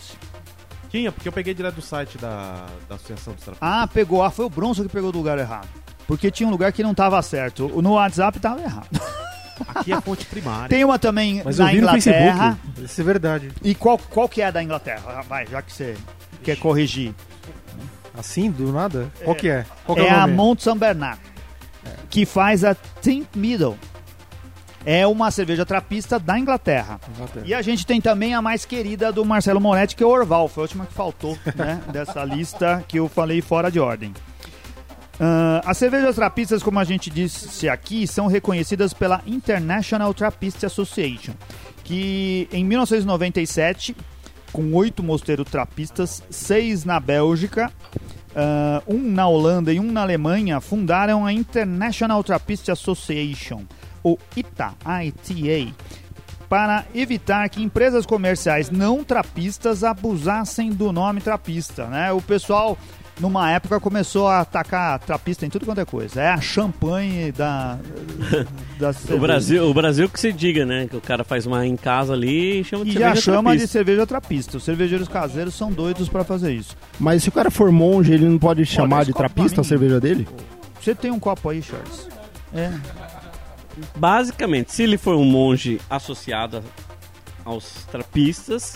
Speaker 3: Tinha, porque eu peguei direto do site da, da Associação dos Traficantes.
Speaker 2: Ah, pegou. Ah, foi o Bronson que pegou do lugar errado. Porque tinha um lugar que não tava certo. No WhatsApp tava errado.
Speaker 3: Aqui é a fonte primária.
Speaker 2: Tem uma também
Speaker 6: Mas eu
Speaker 2: na
Speaker 6: vi no
Speaker 2: Inglaterra.
Speaker 6: Facebook. Isso é verdade.
Speaker 2: E qual, qual que é a da Inglaterra? Vai, já que você quer corrigir.
Speaker 6: Assim, do nada? Qual que é? Qual que
Speaker 2: é a
Speaker 6: nome?
Speaker 2: Mont Saint Bernard, que faz a Think Middle. É uma cerveja trapista da Inglaterra.
Speaker 6: É.
Speaker 2: E a gente tem também a mais querida do Marcelo Moretti, que é o Orval. Foi a última que faltou, né? Dessa lista que eu falei fora de ordem. Ah, as cervejas trapistas, como a gente disse aqui, são reconhecidas pela International Trapist Association, que em 1997, com oito mosteiros trapistas, seis na Bélgica, ah, um na Holanda e um na Alemanha, fundaram a International Trapist Association, ou ITA, ITA, para evitar que empresas comerciais não trapistas abusassem do nome trapista, né? O pessoal numa época começou a atacar trapista em tudo quanto é coisa. É a champanhe da, da
Speaker 4: O
Speaker 2: cerveja.
Speaker 4: Brasil, o Brasil que se diga, né? Que o cara faz uma em casa ali e chama de
Speaker 2: E já
Speaker 4: é cerveja
Speaker 2: chama de
Speaker 4: trapista.
Speaker 2: cerveja trapista. Os cervejeiros caseiros são doidos pra fazer isso.
Speaker 1: Mas se o cara for monge, ele não pode chamar
Speaker 2: desse
Speaker 1: de
Speaker 2: copo pra
Speaker 1: trapista a
Speaker 2: mim.
Speaker 1: cerveja dele?
Speaker 2: Você tem um copo aí, Charles? É.
Speaker 4: Basicamente, se ele for um monge associado a- aos trapistas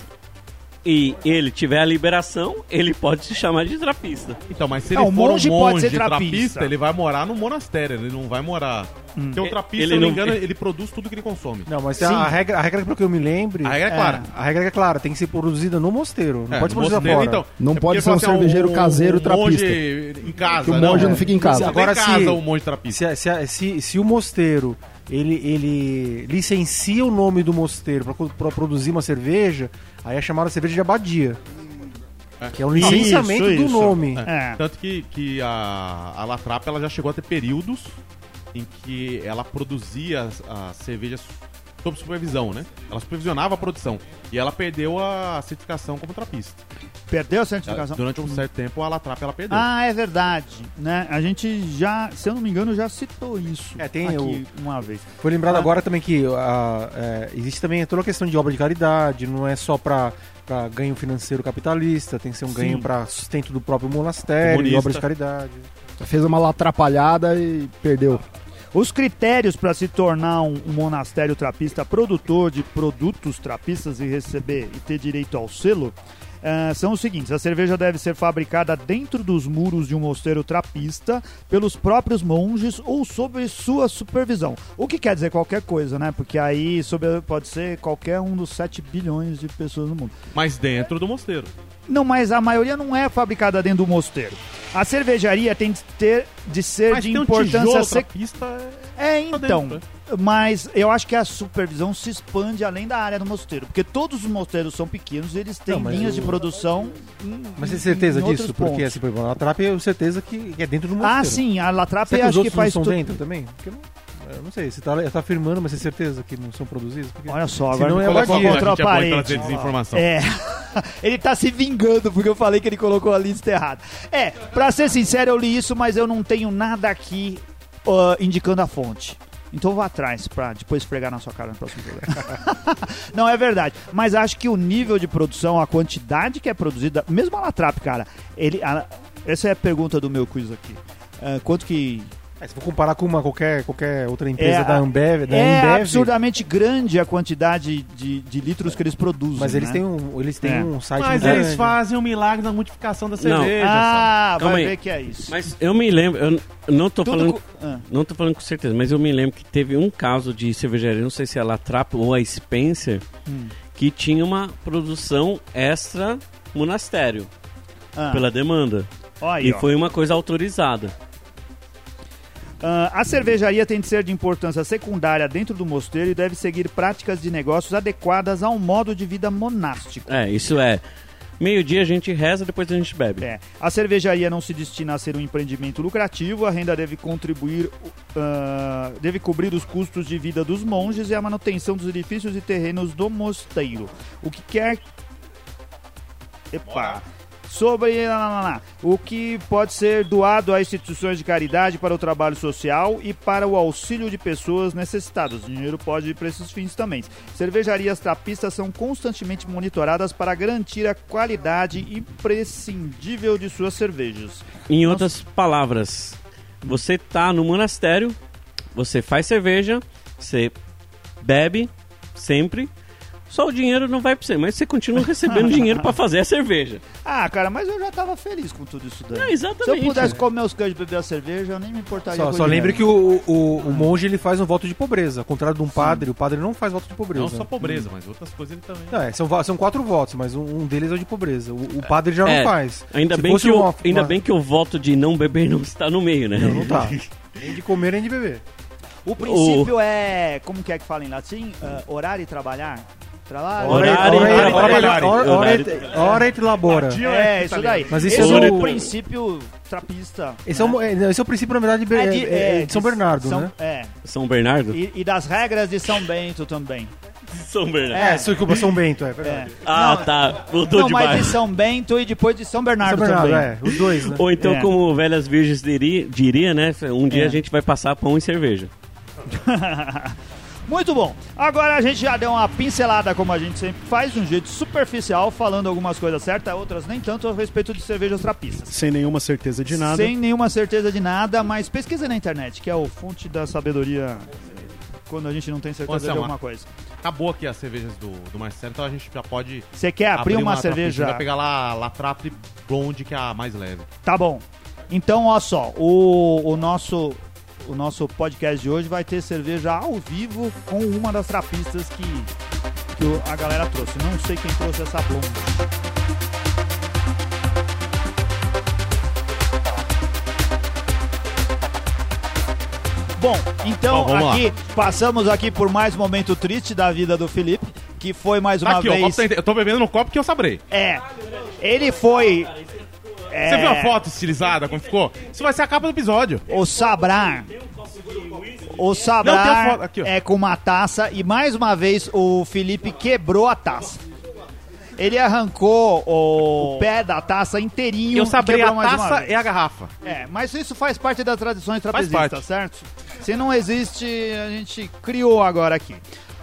Speaker 4: e ele tiver a liberação, ele pode se chamar de trapista.
Speaker 3: Então, mas se
Speaker 2: Não,
Speaker 3: ele
Speaker 2: o
Speaker 3: for
Speaker 2: monge
Speaker 3: um monge
Speaker 2: pode ser
Speaker 3: trapista,
Speaker 2: trapista,
Speaker 3: ele vai morar no monastério, ele não vai morar. Porque o trapista,
Speaker 4: Ele
Speaker 3: se eu não me
Speaker 4: não-
Speaker 3: engano, ele produz tudo que ele consome.
Speaker 6: Não, mas é a regra, a regra, pelo que eu me lembre,
Speaker 3: A regra é,
Speaker 2: É.
Speaker 3: clara.
Speaker 6: a regra é clara, tem que ser produzida no mosteiro, não
Speaker 3: É,
Speaker 6: pode ser
Speaker 3: no
Speaker 6: produzida
Speaker 3: mosteiro,
Speaker 6: fora.
Speaker 1: Não
Speaker 3: porque
Speaker 1: pode
Speaker 3: ele
Speaker 1: ser
Speaker 3: fala assim, "Ah,
Speaker 1: um cervejeiro caseiro trapista.
Speaker 3: Monge em casa,
Speaker 1: Que o monge não fica em casa.
Speaker 3: Agora
Speaker 6: Agora,
Speaker 3: em casa
Speaker 6: se-
Speaker 3: o monge trapista.
Speaker 6: Se, se, se, se o mosteiro ele, ele licencia o nome do mosteiro para produzir uma cerveja, aí é chamada cerveja de abadia. Que é um licenciamento
Speaker 2: Isso,
Speaker 6: do
Speaker 2: isso.
Speaker 6: nome.
Speaker 2: É.
Speaker 3: Tanto que, que a, a Latrapa ela já chegou a ter períodos em que ela produzia as, as cervejas sob supervisão, né? Ela supervisionava a produção. E ela perdeu a certificação como trapista.
Speaker 2: Perdeu a
Speaker 3: Ela-
Speaker 2: certificação?
Speaker 3: Durante um certo tempo, a Latrapa ela perdeu.
Speaker 2: Ah, é verdade. Né? A gente já, se eu não me engano, já citou isso
Speaker 6: É, tem
Speaker 2: aqui uma vez.
Speaker 6: Foi lembrado
Speaker 2: Ah.
Speaker 6: agora também que ah, é, existe também toda a questão de obra de caridade, não é só para ganho financeiro capitalista, tem que ser um ganho para sustento do próprio monastério, de
Speaker 3: Comunista.
Speaker 6: obra de caridade.
Speaker 1: Fez uma latrapalhada e perdeu.
Speaker 2: Os critérios para se tornar um um monastério trapista produtor de produtos trapistas e receber e ter direito ao selo eh, são os seguintes: a cerveja deve ser fabricada dentro dos muros de um mosteiro trapista pelos próprios monges ou sob sua supervisão. O que quer dizer qualquer coisa, né? Porque aí sob, pode ser qualquer um dos 7 bilhões de pessoas no mundo.
Speaker 3: Mas dentro do mosteiro.
Speaker 2: Não, mas a maioria não é fabricada dentro do mosteiro. A cervejaria tem de ter de ser
Speaker 3: Mas
Speaker 2: de
Speaker 3: tem um
Speaker 2: importância
Speaker 3: tijolo
Speaker 2: secundária.
Speaker 3: trapista é-
Speaker 2: É,
Speaker 3: Tá
Speaker 2: então.
Speaker 3: dentro,
Speaker 2: Mas eu acho que a supervisão se expande além da área do mosteiro. Porque todos os mosteiros são pequenos e eles têm
Speaker 6: Não, mas
Speaker 2: linhas
Speaker 6: o-
Speaker 2: de produção. em-
Speaker 6: Mas tem
Speaker 2: em-
Speaker 6: certeza
Speaker 2: em outros
Speaker 6: disso? Porque
Speaker 2: pontos.
Speaker 6: assim, por exemplo, a trap eu tenho certeza que é dentro do mosteiro.
Speaker 2: Ah, sim, a Latrap
Speaker 6: Será que os
Speaker 2: acho que
Speaker 6: outros
Speaker 2: faz
Speaker 6: não
Speaker 2: tudo.
Speaker 6: estão dentro também? Porque não- Eu não sei, você tá, tá afirmando, mas tem certeza que não são produzidos? Porque...
Speaker 2: Olha só,
Speaker 6: Senão
Speaker 2: agora me
Speaker 6: é
Speaker 2: colocou
Speaker 6: vadia.
Speaker 2: contra a
Speaker 3: gente é bom em
Speaker 2: parede.
Speaker 3: trazer
Speaker 4: Então.
Speaker 3: desinformação.
Speaker 2: É. Ele tá se vingando porque eu falei que ele colocou a lista errada. É, pra ser sincero, eu li isso, mas eu não tenho nada aqui ah, indicando a fonte. Então eu vou atrás pra depois fregar na sua cara no próximo programa. não, é verdade. Mas acho que o nível de produção, a quantidade que é produzida, mesmo a Latrap, cara, ele. a- essa é a pergunta do meu quiz aqui. Ah, quanto que
Speaker 6: É, se for comparar com uma, qualquer, qualquer outra empresa
Speaker 2: É,
Speaker 6: da Ambev, da
Speaker 2: é
Speaker 6: Ambev,
Speaker 2: absurdamente grande a quantidade de, de litros que eles produzem.
Speaker 6: mas eles
Speaker 2: né?
Speaker 6: têm um, eles têm
Speaker 2: É.
Speaker 6: um site
Speaker 3: Mas
Speaker 6: muito
Speaker 3: eles
Speaker 6: grande.
Speaker 3: fazem o milagre da multiplicação da cerveja. sabe?
Speaker 2: Ah,
Speaker 6: então.
Speaker 4: Calma
Speaker 2: vai
Speaker 4: aí.
Speaker 2: ver que é isso.
Speaker 4: Mas eu me lembro, eu n- eu não tô
Speaker 2: Tudo
Speaker 4: falando.
Speaker 2: co- ah,
Speaker 4: Não tô falando com certeza, mas eu me lembro que teve um caso de cervejaria, não sei se é a Latrap ou a Spencer,
Speaker 2: Hum.
Speaker 4: que tinha uma produção extra monastério,
Speaker 2: ah.
Speaker 4: pela demanda.
Speaker 2: Ó aí,
Speaker 4: e
Speaker 2: ó.
Speaker 4: foi uma coisa autorizada.
Speaker 2: Ah, a cervejaria tem de ser de importância secundária dentro do mosteiro e deve seguir práticas de negócios adequadas ao modo de vida monástico.
Speaker 4: É, isso é. Meio-dia a gente reza, depois a gente bebe.
Speaker 2: É. A cervejaria não se destina a ser um empreendimento lucrativo, a renda deve contribuir, ah, deve cobrir os custos de vida dos monges e a manutenção dos edifícios e terrenos do mosteiro. O que quer. Epa! Sobre lá, lá, lá, lá. o que pode ser doado a instituições de caridade para o trabalho social e para o auxílio de pessoas necessitadas. O dinheiro pode ir para esses fins também. Cervejarias trapistas são constantemente monitoradas para garantir a qualidade imprescindível de suas cervejas.
Speaker 4: Em outras palavras, você tá no monastério, você faz cerveja, você bebe sempre. Só o dinheiro não vai pra você, mas você continua recebendo dinheiro pra fazer a cerveja.
Speaker 2: Ah, cara, mas eu já tava feliz com tudo isso daí. Se
Speaker 4: É,
Speaker 2: eu
Speaker 4: exatamente.
Speaker 2: pudesse comer os cães e beber a cerveja, eu nem me importaria.
Speaker 6: Só,
Speaker 2: com
Speaker 6: só
Speaker 2: dinheiro.
Speaker 6: lembre que o, o, o monge ele faz um voto de pobreza, ao contrário de um padre, o padre não faz voto de pobreza. Hum.
Speaker 3: Não só pobreza, mas outras coisas ele também.
Speaker 6: Não, é, são, va- são quatro votos, mas um, um deles é o de pobreza. O, o padre já
Speaker 4: É,
Speaker 6: não faz.
Speaker 4: Ainda,
Speaker 6: Se
Speaker 4: bem
Speaker 6: fosse
Speaker 4: que, o,
Speaker 6: uma-
Speaker 4: ainda
Speaker 6: uma-
Speaker 4: bem que o voto de não beber não está no meio, né?
Speaker 6: Não, não tá. nem de comer, nem de beber.
Speaker 2: O princípio é. Como que é que fala em latim? Ah, orar e trabalhar? Trabalhar.
Speaker 4: Horário
Speaker 6: Hora- hora-
Speaker 4: e
Speaker 6: hora-
Speaker 4: trabalhar.
Speaker 6: hora-
Speaker 4: Horário.
Speaker 6: hora- Hora e labora.
Speaker 2: É, isso daí.
Speaker 6: Mas
Speaker 2: esse
Speaker 6: isso
Speaker 2: é
Speaker 6: é
Speaker 2: o
Speaker 6: o-
Speaker 2: princípio trapista. né?
Speaker 6: Esse é, o, é, não, esse é o princípio, na verdade, de,
Speaker 2: de-
Speaker 6: é- é de São Bernardo,
Speaker 2: São-
Speaker 6: né?
Speaker 2: É.
Speaker 4: São Bernardo?
Speaker 2: E, e das regras de São Bento também.
Speaker 4: São Bernardo.
Speaker 2: É.
Speaker 6: desculpa, São Bento, é verdade.
Speaker 2: É.
Speaker 4: Ah, tá. Mudou
Speaker 2: Não, mas
Speaker 4: demais.
Speaker 2: de São Bento e depois de São Bernardo,
Speaker 6: São Bernardo,
Speaker 2: também.
Speaker 6: é, os dois, né?
Speaker 4: Ou então,
Speaker 2: É.
Speaker 4: como velhas virgens diria, diria, né? Um dia
Speaker 2: É.
Speaker 4: a gente vai passar pão e cerveja.
Speaker 2: Muito bom. Agora a gente já deu uma pincelada, como a gente sempre faz, de um jeito superficial, falando algumas coisas certas, outras nem tanto, a respeito de cervejas trapistas.
Speaker 7: Sem nenhuma certeza de nada.
Speaker 2: Sem nenhuma certeza de nada, mas pesquisa na internet, que é o fonte da sabedoria quando a gente não tem certeza
Speaker 3: Pode ser
Speaker 2: de
Speaker 3: uma-
Speaker 2: alguma coisa.
Speaker 3: Acabou aqui as cervejas do, do Marcelo, então a gente já pode
Speaker 2: Você quer É, abrir, uma,
Speaker 3: Latrap, a gente
Speaker 2: cerveja?
Speaker 3: Vai pegar lá a Latrap Blonde, que é a mais leve.
Speaker 2: Tá bom. Então, olha só, o, o nosso o nosso podcast de hoje vai ter cerveja ao vivo com uma das trapistas que, que o- a galera trouxe. Não sei quem trouxe essa bomba. Bom, então
Speaker 3: Bom, vamos lá.
Speaker 2: aqui passamos aqui por mais um momento triste da vida do Felipe, que foi mais uma
Speaker 3: Tá aqui, ó, o
Speaker 2: vez.
Speaker 3: copo tá inte- eu tô bebendo no copo que eu sabrei.
Speaker 2: É. Ele foi.
Speaker 3: Você
Speaker 2: É,
Speaker 3: viu a foto estilizada, como ficou? Isso vai ser a capa do episódio.
Speaker 2: O Sabrar. O
Speaker 3: Não, tem a foto
Speaker 2: Sabrar
Speaker 3: aqui, ó.
Speaker 2: é com uma taça e mais uma vez o Felipe quebrou a taça. Ele arrancou o pé da taça inteirinho.
Speaker 3: eu sabrei
Speaker 2: e
Speaker 3: a
Speaker 2: quebrou mais uma
Speaker 3: taça
Speaker 2: vez.
Speaker 3: e a garrafa.
Speaker 2: É, mas isso faz parte das tradições
Speaker 3: Faz
Speaker 2: trapezistas, certo? Se não existe, a gente criou agora aqui.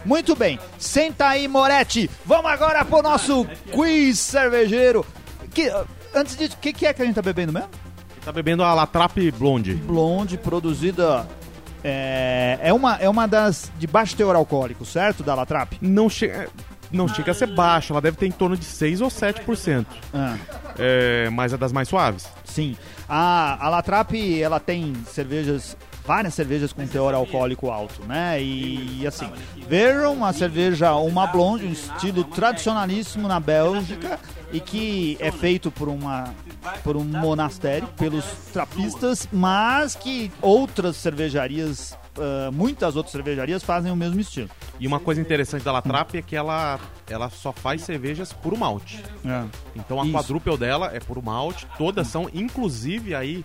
Speaker 2: Muito bem, senta aí, Moretti. Vamos agora pro nosso quiz cervejeiro. Que, antes disso, o que, que é que a gente tá bebendo mesmo?
Speaker 3: Ele tá bebendo a Latrap Blonde.
Speaker 2: Blonde, produzida. É, é, uma, é uma das de baixo teor alcoólico, certo? Da Latrap?
Speaker 3: Não chega... Não chega a ser baixa, ela deve ter em torno de 6 ou 7%.
Speaker 2: Ah,
Speaker 3: É, mas é das mais suaves.
Speaker 2: sim. A, a Latrap, ela tem cervejas. Várias cervejas com teor alcoólico alto, né? E, assim, vejam uma cerveja, uma blonde, um estilo tradicionalíssimo na Bélgica e que é feito por uma por um monastério, pelos trapistas, mas que outras cervejarias, ah, muitas outras cervejarias fazem o mesmo estilo.
Speaker 3: E uma coisa interessante da Latrap é que ela, ela só faz cervejas puro malte.
Speaker 2: É.
Speaker 3: Então a
Speaker 2: Isso.
Speaker 3: quadrúpel dela é puro malte, todas são, inclusive aí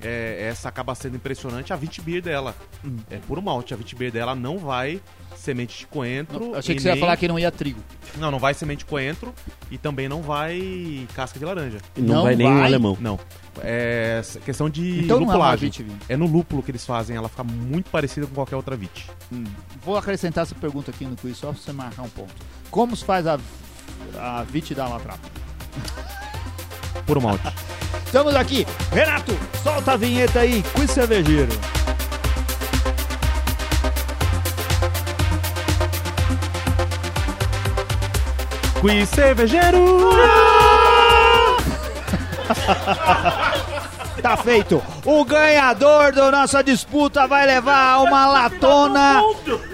Speaker 3: é, essa acaba sendo impressionante a Vitibir dela.
Speaker 8: Hum.
Speaker 3: É puro malte. A Vitibir dela não vai semente de coentro.
Speaker 8: Não, achei
Speaker 3: e
Speaker 8: que você ia
Speaker 3: nem-
Speaker 8: falar que não ia trigo.
Speaker 3: Não, não vai semente de coentro e também não vai casca de laranja.
Speaker 4: E não,
Speaker 8: Não
Speaker 4: vai nem o
Speaker 8: vai.
Speaker 4: alemão.
Speaker 3: Não. É essa questão de
Speaker 8: Então não é uma
Speaker 3: lupulagem.
Speaker 8: vitivinha.
Speaker 3: É no lúpulo que eles fazem, ela fica muito parecida com qualquer outra vite.
Speaker 8: Vou acrescentar essa pergunta aqui no quiz só pra você marcar um ponto. Como se faz a, a vite da latrapa?
Speaker 3: Puro um malte.
Speaker 8: Estamos aqui.
Speaker 2: Renato, solta a vinheta aí, quiz cervejeiro.
Speaker 3: Quiz cervejeiro!
Speaker 2: Tá feito. O ganhador da nossa disputa vai levar uma latona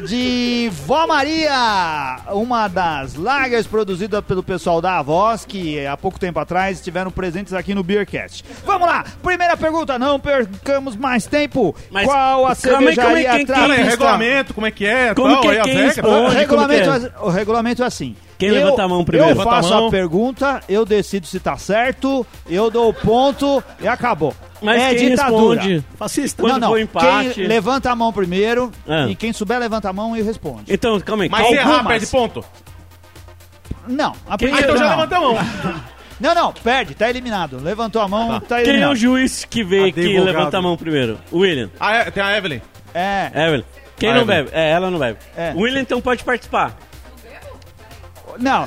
Speaker 2: de Vó Maria, uma das lagers produzida pelo pessoal da Avós, que há pouco tempo atrás estiveram presentes aqui no Beercast. Vamos lá, primeira pergunta, não percamos mais tempo.
Speaker 4: Mas
Speaker 2: Qual a
Speaker 4: calma aí,
Speaker 2: cervejaria
Speaker 4: calma aí, quem- quem-
Speaker 3: Cara, é
Speaker 2: trapista?
Speaker 3: regulamento, como é que é?
Speaker 4: Como que é
Speaker 3: aí as
Speaker 4: que
Speaker 3: regras.
Speaker 4: expõe?
Speaker 2: O
Speaker 4: Onde, como que
Speaker 2: regulamento, é? o regulamento é assim.
Speaker 4: Quem levanta a mão primeiro?
Speaker 2: Eu
Speaker 3: Levanta
Speaker 2: faço
Speaker 3: a
Speaker 2: a,
Speaker 3: mão.
Speaker 2: pergunta, eu decido se tá certo, eu dou o ponto e acabou.
Speaker 4: Mas
Speaker 2: é
Speaker 4: quem
Speaker 2: ditadura.
Speaker 4: responde?
Speaker 8: Fascista.
Speaker 4: Quando
Speaker 2: não, não.
Speaker 4: for empate.
Speaker 2: Quem levanta a mão primeiro
Speaker 4: Ah.
Speaker 2: e quem souber levanta a mão e responde.
Speaker 4: Então, calma aí.
Speaker 3: Mas se
Speaker 2: é
Speaker 4: calma.
Speaker 3: errar, perde ponto.
Speaker 2: Não, a
Speaker 4: Quem-
Speaker 2: primeira
Speaker 3: então já
Speaker 2: não.
Speaker 3: levanta a mão.
Speaker 2: Não, não, perde, tá eliminado. Levantou a mão, tá,
Speaker 4: Quem é
Speaker 2: eliminado.
Speaker 4: o juiz que vê que
Speaker 6: Advogado.
Speaker 4: levanta a mão primeiro? William.
Speaker 3: Ah, é, tem a Evelyn.
Speaker 2: É,
Speaker 4: Evelyn. Quem
Speaker 3: Ah,
Speaker 4: não
Speaker 3: Evelyn.
Speaker 4: bebe? É, ela não bebe.
Speaker 2: É.
Speaker 4: William, então, pode participar.
Speaker 2: não.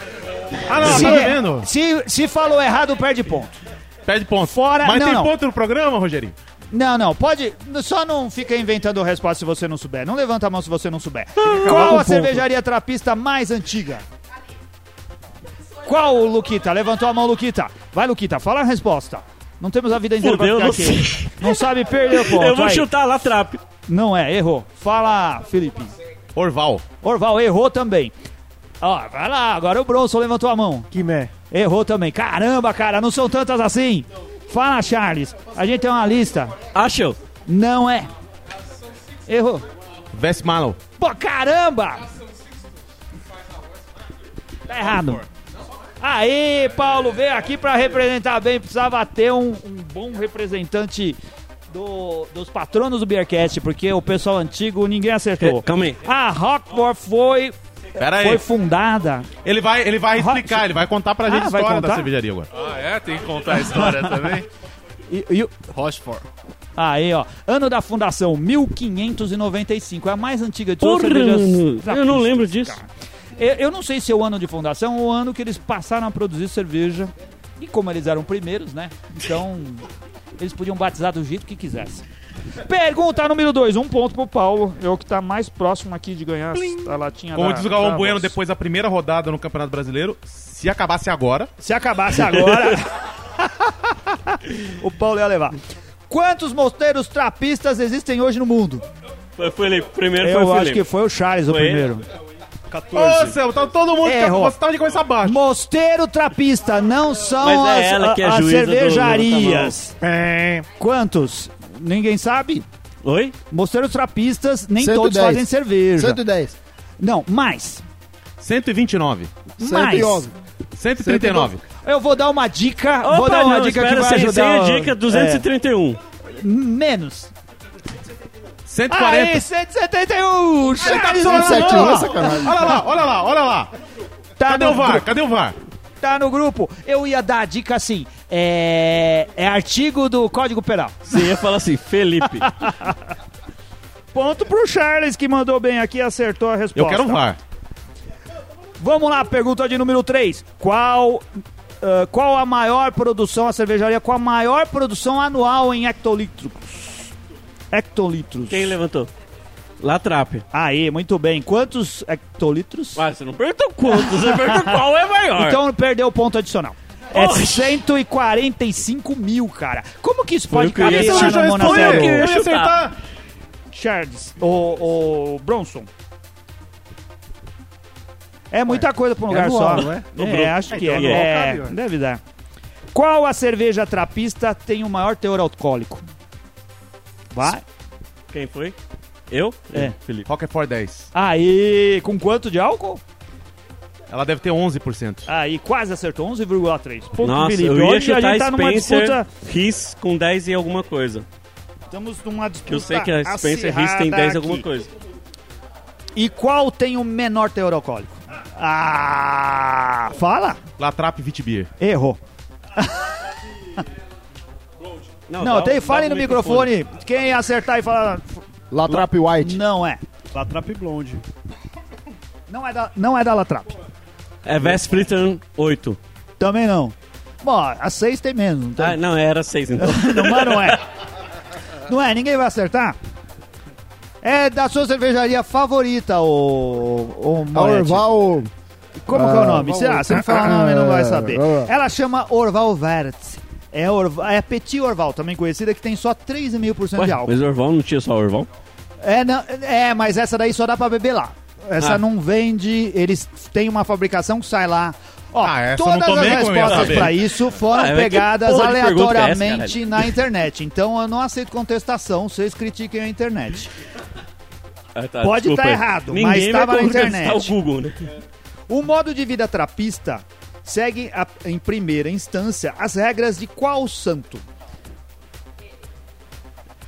Speaker 6: Ah, não,
Speaker 2: se,
Speaker 6: tá vendo?
Speaker 2: se, se falou errado, perde ponto.
Speaker 3: Perde ponto.
Speaker 2: Fora-
Speaker 3: Mas
Speaker 2: não,
Speaker 3: tem
Speaker 2: não.
Speaker 3: ponto no programa, Rogerinho?
Speaker 2: Não, não, pode. Só não fica inventando resposta se você não souber. Não levanta a mão se você não souber.
Speaker 4: Ah,
Speaker 2: Qual a cervejaria trapista mais antiga? Qual, Luquita? Levantou a mão, Luquita. Vai, Luquita, fala a resposta. Não temos a vida inteira
Speaker 4: Fudeu,
Speaker 2: pra
Speaker 4: não
Speaker 2: ficar aqui. Não sabe perder o ponto.
Speaker 4: Eu vou
Speaker 2: vai.
Speaker 4: chutar lá, trap.
Speaker 2: Não é, errou. Fala, Felipe.
Speaker 3: Orval.
Speaker 2: Orval, errou também. Ó, vai lá, agora o Bronson levantou a mão.
Speaker 6: Quimé.
Speaker 2: Errou também. Caramba, cara, não são tantas assim. Fala, Charles. A gente tem uma lista.
Speaker 4: Achou.
Speaker 2: Não é. Errou.
Speaker 3: Vestmalo.
Speaker 2: Pô, caramba! Tá errado. Aí, Paulo, veio aqui pra representar bem. Precisava ter um, um bom representante do- dos patronos do Beercast, porque o pessoal antigo ninguém acertou.
Speaker 4: É, Calma aí.
Speaker 2: A Rockmore foi,
Speaker 3: Pera aí.
Speaker 2: foi fundada.
Speaker 3: Ele vai, ele vai
Speaker 2: Rock-
Speaker 3: explicar, ele vai contar pra
Speaker 2: Ah,
Speaker 3: gente a
Speaker 2: vai
Speaker 3: história
Speaker 2: contar?
Speaker 3: da cervejaria agora.
Speaker 5: Ah, é? Tem que contar a história também?
Speaker 2: E, e o-
Speaker 8: Rochefort.
Speaker 2: aí, ó. Ano da fundação, 1595. É a mais antiga de todas
Speaker 4: Porra,
Speaker 2: as cervejas
Speaker 4: mano, eu não
Speaker 2: trapistas.
Speaker 4: lembro disso.
Speaker 2: Eu, eu não sei se é o ano de fundação ou o ano que eles passaram a produzir cerveja. E como eles eram primeiros, né? Então, eles podiam batizar do jeito que quisessem. Pergunta número 2, um ponto pro Paulo. É o que tá mais próximo aqui de ganhar a latinha
Speaker 3: Como
Speaker 2: da,
Speaker 3: diz o Galvão
Speaker 2: da
Speaker 3: Bueno
Speaker 2: Voz.
Speaker 3: depois da primeira rodada no Campeonato Brasileiro, se acabasse agora,
Speaker 2: Se acabasse agora, o Paulo ia levar. Quantos mosteiros trapistas existem hoje no mundo?
Speaker 4: Foi, foi ele. Primeiro foi
Speaker 2: Eu
Speaker 4: o
Speaker 2: acho que
Speaker 4: Felipe.
Speaker 2: foi o Charles o
Speaker 4: Foi ele?
Speaker 2: primeiro.
Speaker 3: Ô, céu, tá todo mundo.
Speaker 2: Errou.
Speaker 3: Você tava de começar abaixo.
Speaker 2: Mosteiro trapista não são
Speaker 4: Mas é
Speaker 2: as,
Speaker 4: ela que é
Speaker 2: a- as
Speaker 4: juíza do
Speaker 2: cervejarias. Quantos? Ninguém sabe.
Speaker 4: Oi?
Speaker 2: Mosteiros trapistas, nem
Speaker 1: 110.
Speaker 2: todos fazem cerveja.
Speaker 1: 110.
Speaker 2: Não, mais.
Speaker 3: 129.
Speaker 2: Mais.
Speaker 1: 111.
Speaker 3: 139.
Speaker 2: Eu vou dar uma dica. vou
Speaker 4: Opa,
Speaker 2: dar uma
Speaker 4: não,
Speaker 2: dica que
Speaker 4: espera,
Speaker 2: vai
Speaker 4: sem-
Speaker 2: ajudar.
Speaker 4: Sem
Speaker 2: o-
Speaker 4: a dica, 231.
Speaker 2: é, menos.
Speaker 3: 140.
Speaker 2: Aí, 171. Charles
Speaker 1: tá Não,
Speaker 2: Ramon.
Speaker 1: 71 é sacanagem.
Speaker 3: Olha lá, olha lá, olha lá.
Speaker 2: Tá
Speaker 3: Cadê
Speaker 2: no
Speaker 3: o VAR?
Speaker 2: grupo,
Speaker 3: Cadê o VAR?
Speaker 2: Tá no grupo. Eu ia dar a dica assim. É, é artigo do Código Penal.
Speaker 4: Você ia falar assim, Felipe.
Speaker 2: Ponto pro Charles que mandou bem aqui e acertou a resposta.
Speaker 3: Eu
Speaker 4: um
Speaker 3: quero o VAR.
Speaker 2: Vamos lá, pergunta de número 3. Qual ah, qual a maior produção, a cervejaria com a maior produção anual em hectolitros? Hectolitros.
Speaker 4: Quem levantou? Lá, trap.
Speaker 2: Aí, muito bem. Quantos hectolitros?
Speaker 4: Ah, você não perguntou quantos, você perguntou qual é maior.
Speaker 2: Então perdeu o ponto adicional. É
Speaker 4: Oxi.
Speaker 2: 145 mil, cara. Como que isso pode
Speaker 4: o que eu ia
Speaker 2: caber
Speaker 4: dizer.
Speaker 2: lá no
Speaker 4: Foi o que eu
Speaker 2: Monastério?
Speaker 4: ia dizer. chutar.
Speaker 3: acertar.
Speaker 2: Charles, o, o Bronson. É muita coisa pra um lugar
Speaker 6: anual,
Speaker 2: só.
Speaker 6: não
Speaker 4: né?
Speaker 6: é?
Speaker 2: É, acho que é.
Speaker 4: então
Speaker 6: anual
Speaker 2: É,
Speaker 6: cabe, ué.
Speaker 2: deve dar. Qual a cerveja trapista tem o maior teor alcoólico? Vai.
Speaker 4: Quem foi? Eu?
Speaker 2: É.
Speaker 4: Felipe.
Speaker 3: Roquefort 10.
Speaker 2: Aí, com quanto de álcool?
Speaker 3: Ela deve ter 11%.
Speaker 2: Aí, quase acertou, 11,3. Ponto
Speaker 4: Nossa,
Speaker 2: Felipe.
Speaker 4: eu ia
Speaker 2: Hoje a
Speaker 4: chutar
Speaker 2: gente tá numa
Speaker 4: Spencer
Speaker 2: disputa...
Speaker 4: Riz com 10 e alguma coisa.
Speaker 2: Estamos numa
Speaker 4: Que
Speaker 2: disputa
Speaker 4: eu sei que a Spencer Rice tem
Speaker 2: acirrada
Speaker 4: 10
Speaker 2: aqui.
Speaker 4: alguma coisa.
Speaker 2: E qual tem o menor teor alcoólico? Ah, fala.
Speaker 3: Latrap Vitibir.
Speaker 2: Errou. Não,
Speaker 4: um-
Speaker 2: tem, fale no um microfone. Quem acertar e falar...
Speaker 1: Latrap White.
Speaker 2: Não é.
Speaker 7: Latrap Blonde.
Speaker 2: Não é da, não é da Latrap.
Speaker 4: É Vespritan 8.
Speaker 2: Também não. Bom, a 6 tem menos, não tem?
Speaker 4: Ah, não, era 6 então.
Speaker 2: Não, mas não é. Não é, ninguém vai acertar. É da sua cervejaria favorita, o, o
Speaker 1: A Orval.
Speaker 2: Como que é o
Speaker 1: Ah,
Speaker 2: nome? Será?
Speaker 1: Orval-
Speaker 2: Se não falar o nome, não vai saber.
Speaker 1: Ah.
Speaker 2: Ela chama Orval Verts. É, Orval, é Petit Orval, também conhecida, que tem só 3,5%
Speaker 4: Ué,
Speaker 2: de álcool.
Speaker 4: mas o Orval não tinha só Orval?
Speaker 2: É, não- é, mas essa daí só dá pra beber lá. Essa
Speaker 4: Ah.
Speaker 2: não vende, eles têm uma fabricação que sai lá. Ó,
Speaker 3: Ah, essa eu não
Speaker 2: todas as
Speaker 3: tomei, como eu ia
Speaker 2: respostas
Speaker 3: saber?
Speaker 2: pra isso foram
Speaker 4: Ah, mas que
Speaker 2: pegadas
Speaker 4: porra de pergunta é essa,
Speaker 2: aleatoriamente na internet. Então eu não aceito contestação, vocês critiquem a internet.
Speaker 4: Ah, tá,
Speaker 2: Pode
Speaker 4: desculpa
Speaker 2: tá
Speaker 4: aí.
Speaker 2: errado, mas
Speaker 4: Ninguém vai
Speaker 2: tava na
Speaker 4: colocar-
Speaker 2: internet.
Speaker 4: o Google, né?
Speaker 2: O modo de vida trapista segue, a- em primeira instância, as regras de qual santo?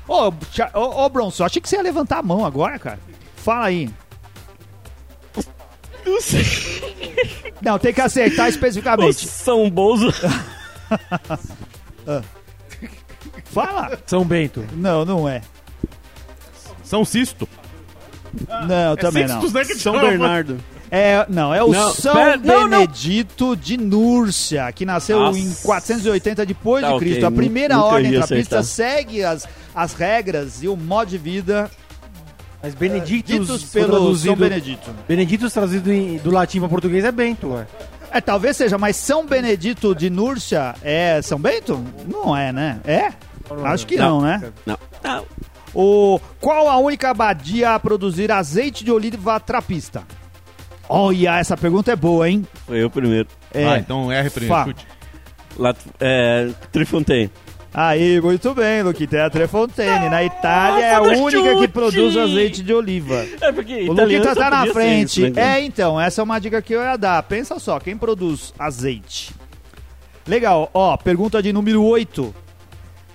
Speaker 2: Ô, Cha- ô, ô Bronson, achei que você ia levantar a mão agora, cara. Fala aí.
Speaker 4: Não sei.
Speaker 2: Não, tem que acertar
Speaker 4: O
Speaker 2: especificamente.
Speaker 4: São Bozo.
Speaker 2: Fala.
Speaker 6: São Bento.
Speaker 2: Não, não é.
Speaker 3: São Sisto.
Speaker 2: Não, também não.
Speaker 3: Sixtus, né, que
Speaker 7: São
Speaker 3: chama?
Speaker 7: Bernardo.
Speaker 2: É, não, é o
Speaker 4: Não,
Speaker 2: São
Speaker 4: pera- não, não.
Speaker 2: Benedito de Núrcia, que nasceu
Speaker 4: Nossa.
Speaker 2: em 480 depois
Speaker 4: Tá,
Speaker 2: de
Speaker 4: ok,
Speaker 2: Cristo. A
Speaker 4: nu-
Speaker 2: primeira
Speaker 4: nunca
Speaker 2: ordem
Speaker 4: ia
Speaker 2: trapista
Speaker 4: acertar.
Speaker 2: segue as, as regras e o modo de vida
Speaker 6: Mas Benedictus
Speaker 2: ditos
Speaker 6: foi
Speaker 2: pelo São
Speaker 6: traduzido...
Speaker 2: Benedito.
Speaker 6: Benedictus traduzido em- do latim para português é Bento, ué.
Speaker 2: É, talvez seja, mas São Benedito de Núrcia é São Bento? Não é, né? É? Acho que não, né?
Speaker 4: Não. Não.
Speaker 2: O qual a única abadia a produzir azeite de oliva trapista? Olha, essa pergunta é boa, hein?
Speaker 4: Foi eu primeiro.
Speaker 2: É.
Speaker 3: Ah, então R primeiro.
Speaker 2: Fá.
Speaker 3: Chute.
Speaker 4: Lá, é, Trifontaine.
Speaker 2: Aí, muito bem, Luquita. É a Trefontaine. Na Itália
Speaker 4: Nossa,
Speaker 2: é a
Speaker 4: do
Speaker 2: única que
Speaker 4: chute!
Speaker 2: produz azeite de oliva.
Speaker 4: É porque
Speaker 2: O Luquita tá na frente.
Speaker 4: né,
Speaker 2: é, então, essa é uma dica que eu ia dar. Pensa só, quem produz azeite? Legal, ó, pergunta de número 8.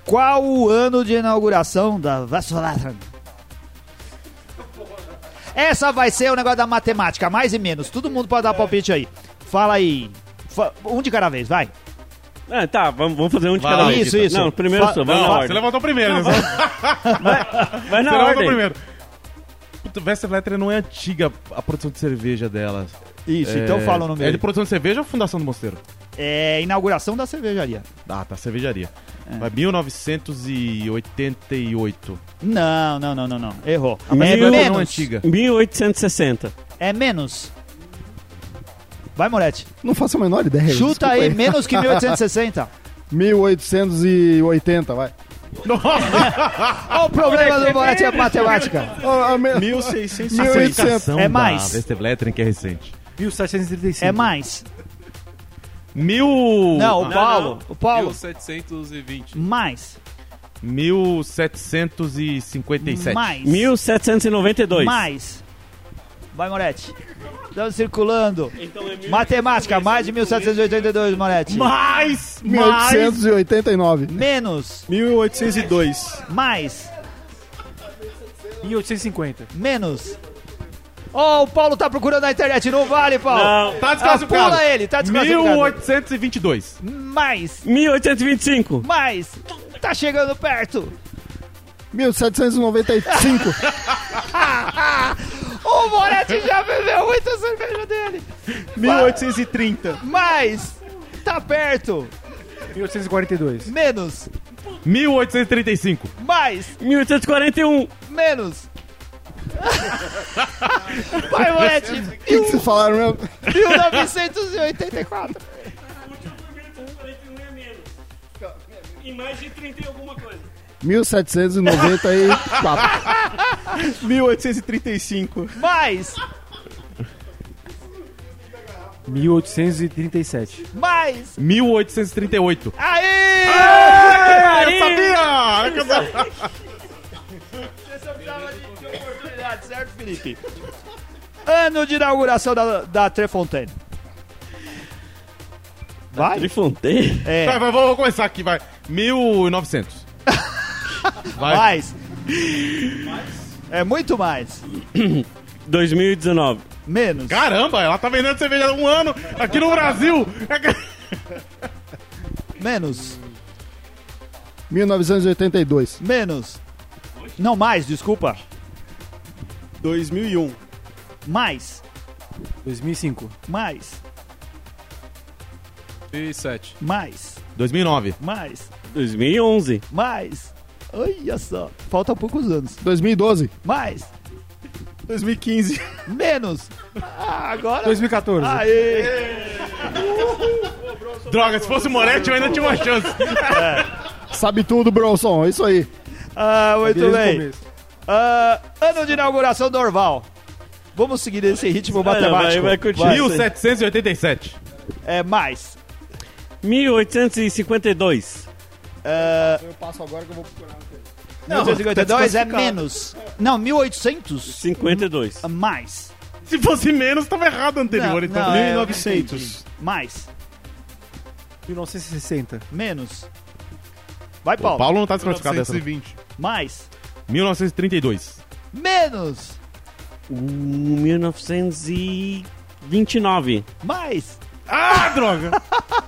Speaker 2: Qual o ano de inauguração da Vassolatran? Essa vai ser o negócio da matemática, mais e menos. Todo mundo pode dar palpite aí. Fala aí. Fa- Um de cada vez, vai.
Speaker 4: Ah, tá, vamos, vamos fazer um de
Speaker 3: Vai
Speaker 4: cada
Speaker 3: lá,
Speaker 4: vez.
Speaker 2: É. Isso, isso.
Speaker 4: Não, primeiro
Speaker 2: Fa-
Speaker 4: sou, vai
Speaker 3: Não,
Speaker 4: na
Speaker 3: não, você
Speaker 4: ordem.
Speaker 3: levantou primeiro. né?
Speaker 4: Vai na
Speaker 3: você levantou
Speaker 4: ordem.
Speaker 3: primeiro. Puta, Westerletter não é antiga a produção de cerveja dela.
Speaker 2: Isso, então
Speaker 3: É,
Speaker 2: fala o número.
Speaker 3: É de produção de cerveja ou fundação do mosteiro?
Speaker 2: É inauguração da cervejaria.
Speaker 3: Ah, tá, cervejaria.
Speaker 2: É.
Speaker 3: Vai 1988.
Speaker 2: Não, não, não, não, não. Errou.
Speaker 3: mas
Speaker 2: é
Speaker 3: foi uma não
Speaker 2: menos.
Speaker 3: antiga.
Speaker 4: 1860.
Speaker 2: É menos. Vai, Moretti.
Speaker 1: Não faço a menor ideia.
Speaker 2: Chuta
Speaker 1: desculpa
Speaker 2: aí, menos que 1860.
Speaker 1: 1880, vai.
Speaker 2: Olha o problema do Moretti é matemática.
Speaker 1: Ah, ah, me-
Speaker 7: 1660.
Speaker 2: É mais.
Speaker 3: Westerletter que é recente.
Speaker 6: 1735.
Speaker 2: É mais.
Speaker 3: Mil... Ah,
Speaker 2: Não, o Paulo. O Paulo.
Speaker 9: 1720.
Speaker 2: Mais.
Speaker 3: 1757.
Speaker 2: Mais.
Speaker 4: 1792.
Speaker 2: Mais. Vai, Moretti. Estamos circulando.
Speaker 4: Então é
Speaker 2: Matemática, mais de 1782, Moretti.
Speaker 7: Mais! Mais!
Speaker 1: 1889.
Speaker 2: Menos.
Speaker 7: 1802.
Speaker 2: Mais.
Speaker 6: 1850.
Speaker 2: Menos. Ó, o Paulo tá procurando na internet. Não vale, Paulo.
Speaker 4: Não.
Speaker 3: Tá
Speaker 2: Ah,
Speaker 3: desclassificado.
Speaker 2: pula ele, tá desclassificado.
Speaker 3: 1822.
Speaker 2: Mais,
Speaker 4: 1825.
Speaker 2: mais. Tá chegando perto.
Speaker 1: 1795.
Speaker 2: O Moretti já bebeu muita cerveja dele.
Speaker 7: 1830.
Speaker 2: Mais. Tá perto.
Speaker 6: 1842.
Speaker 2: Menos,
Speaker 3: 1835.
Speaker 2: mais,
Speaker 4: 1841.
Speaker 2: menos. Vai, Moretti.
Speaker 1: O que, que vocês falaram mesmo?
Speaker 2: 1984.
Speaker 4: E mais de 30 e alguma coisa.
Speaker 1: 1794.
Speaker 7: 1835.
Speaker 2: Mais,
Speaker 6: 1837.
Speaker 2: mais.
Speaker 3: 1838.
Speaker 2: Aí! É,
Speaker 3: eu sabia!
Speaker 2: é oportunidade, certo, Felipe? Ano de inauguração da, da Trefontaine. Vai?
Speaker 4: Trifontaine.
Speaker 2: É.
Speaker 3: Vai, vai, vou, vou começar aqui, vai. 1900. Vai.
Speaker 2: Mais. É muito mais.
Speaker 4: 2019.
Speaker 2: Menos.
Speaker 3: Caramba, ela tá vendendo cerveja há um ano aqui no Brasil. É
Speaker 2: Menos.
Speaker 1: 1982.
Speaker 2: Menos. Não, mais, desculpa.
Speaker 7: 2001.
Speaker 2: Mais.
Speaker 6: 2005.
Speaker 2: Mais.
Speaker 5: E 7.
Speaker 2: Mais.
Speaker 3: 2009.
Speaker 2: Mais.
Speaker 4: 2011.
Speaker 2: Mais. Olha só. Falta poucos anos.
Speaker 1: 2012.
Speaker 2: Mais.
Speaker 7: 2015.
Speaker 2: Menos. Ah, agora.
Speaker 6: 2014.
Speaker 2: Aê.
Speaker 3: Droga, se fosse o Moretti eu ainda tinha uma chance.
Speaker 1: Sabe tudo, Bronson. Isso aí.
Speaker 2: Ah, muito
Speaker 6: Desde o
Speaker 2: bem.
Speaker 6: começo.
Speaker 2: Ah, ano de inauguração do Orval. Vamos seguir esse ritmo
Speaker 4: Vai,
Speaker 2: matemático.
Speaker 4: vai, vai continuar.
Speaker 3: 1787.
Speaker 2: É mais.
Speaker 4: 1852.
Speaker 2: Ah,
Speaker 1: Eu passo agora que eu vou procurar.
Speaker 2: 1852 é menos. Não, 1800
Speaker 4: 52.
Speaker 2: mais.
Speaker 3: Se fosse menos, tava errado o anterior,
Speaker 2: Não,
Speaker 3: então.
Speaker 2: não, é,
Speaker 7: 1900.
Speaker 2: Mais.
Speaker 6: 1960.
Speaker 2: Menos. Vai,
Speaker 3: O
Speaker 2: Paulo.
Speaker 3: Paulo não tá desclassificado dessa. não.
Speaker 5: 920.
Speaker 2: Mais.
Speaker 3: 1932.
Speaker 2: Menos.
Speaker 4: Uh, 1929.
Speaker 2: Mais.
Speaker 3: Ah, droga!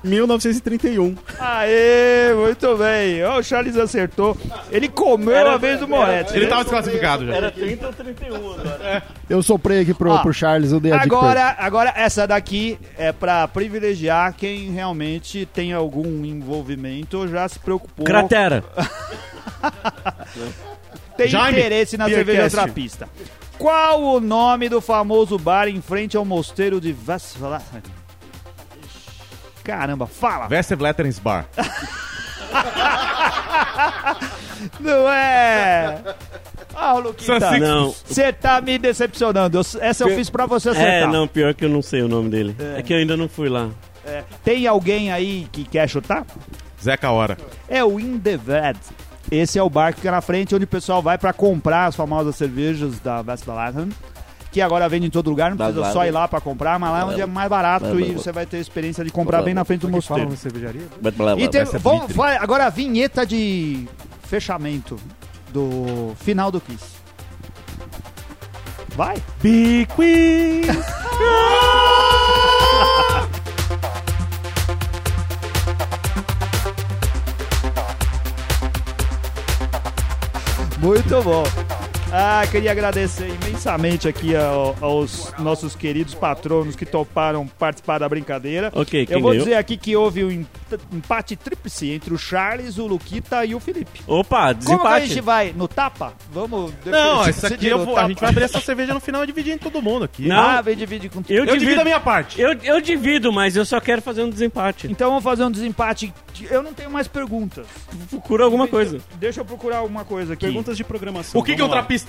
Speaker 7: 1931.
Speaker 2: Aê, muito bem. Ó, o Charles acertou. Ele comeu a vez do Moretti. né?
Speaker 3: Ele tá- tava desclassificado já.
Speaker 4: 30 ou 31 agora.
Speaker 1: Eu soprei aqui pro,
Speaker 2: Ó,
Speaker 1: pro Charles, eu dei a dica pra ele. é
Speaker 2: Agora, agora, essa daqui é pra privilegiar quem realmente tem algum envolvimento ou já se preocupou.
Speaker 4: Cratera.
Speaker 2: tem
Speaker 3: Jaime,
Speaker 2: interesse na
Speaker 7: Beercast.
Speaker 2: cerveja trapista. Qual o nome do famoso bar em frente ao mosteiro de Vasvala? Caramba, fala!
Speaker 3: Veste Blatterns Bar.
Speaker 2: Não é! Ah, o Luquita,
Speaker 3: Saci-
Speaker 4: Não.
Speaker 2: você tá me decepcionando. Eu- essa eu fiz pra você
Speaker 4: É,
Speaker 2: acertar.
Speaker 4: não, pior que eu não sei o nome dele.
Speaker 2: É.
Speaker 4: É, que eu ainda não fui lá.
Speaker 2: É, tem alguém aí que quer chutar?
Speaker 3: Zeca Hora.
Speaker 2: é o Indevad. Esse é o bar que fica na frente, onde o pessoal vai pra comprar as famosas cervejas da Westballaden, que agora vende em todo lugar, não precisa só ir lá pra comprar, mas lá é onde é mais barato e você vai ter a experiência de comprar bem na frente do
Speaker 6: Como é que fala
Speaker 2: mosteiro.
Speaker 6: na cervejaria?
Speaker 2: E tem,
Speaker 3: Essa é
Speaker 2: vamos,
Speaker 3: Vitri.
Speaker 2: vai, agora a vinheta de fechamento do final do quiz. Vai!
Speaker 3: Big Queen!
Speaker 2: Muito bom. Ah, queria agradecer imensamente aqui ao- aos nossos queridos patronos que toparam participar da brincadeira.
Speaker 4: Ok, quem
Speaker 2: Eu vou
Speaker 4: ganhou?
Speaker 2: dizer aqui que houve um em- empate tríplice entre o Charles, o Luquita e o Felipe.
Speaker 4: Opa,
Speaker 2: Como que a gente
Speaker 4: desempate.
Speaker 2: vai? No tapa? Vamos. depois
Speaker 3: Não, isso
Speaker 2: decidir
Speaker 3: aqui
Speaker 2: no
Speaker 3: eu vou, a
Speaker 2: tapa.
Speaker 3: gente vai abrir essa cerveja no final e dividir em todo mundo aqui.
Speaker 4: Não.
Speaker 2: Ah, vem divide com
Speaker 4: Eu,
Speaker 3: Eu divido a
Speaker 4: divido.
Speaker 3: minha parte.
Speaker 4: Eu, eu divido, mas eu só quero fazer um desempate.
Speaker 2: Então vamos fazer um desempate. Eu não tenho mais perguntas.
Speaker 4: Procura alguma coisa.
Speaker 2: Deixa eu procurar alguma coisa aqui.
Speaker 7: Perguntas de programação.
Speaker 3: O que, que um
Speaker 7: Vamos lá.
Speaker 3: trapista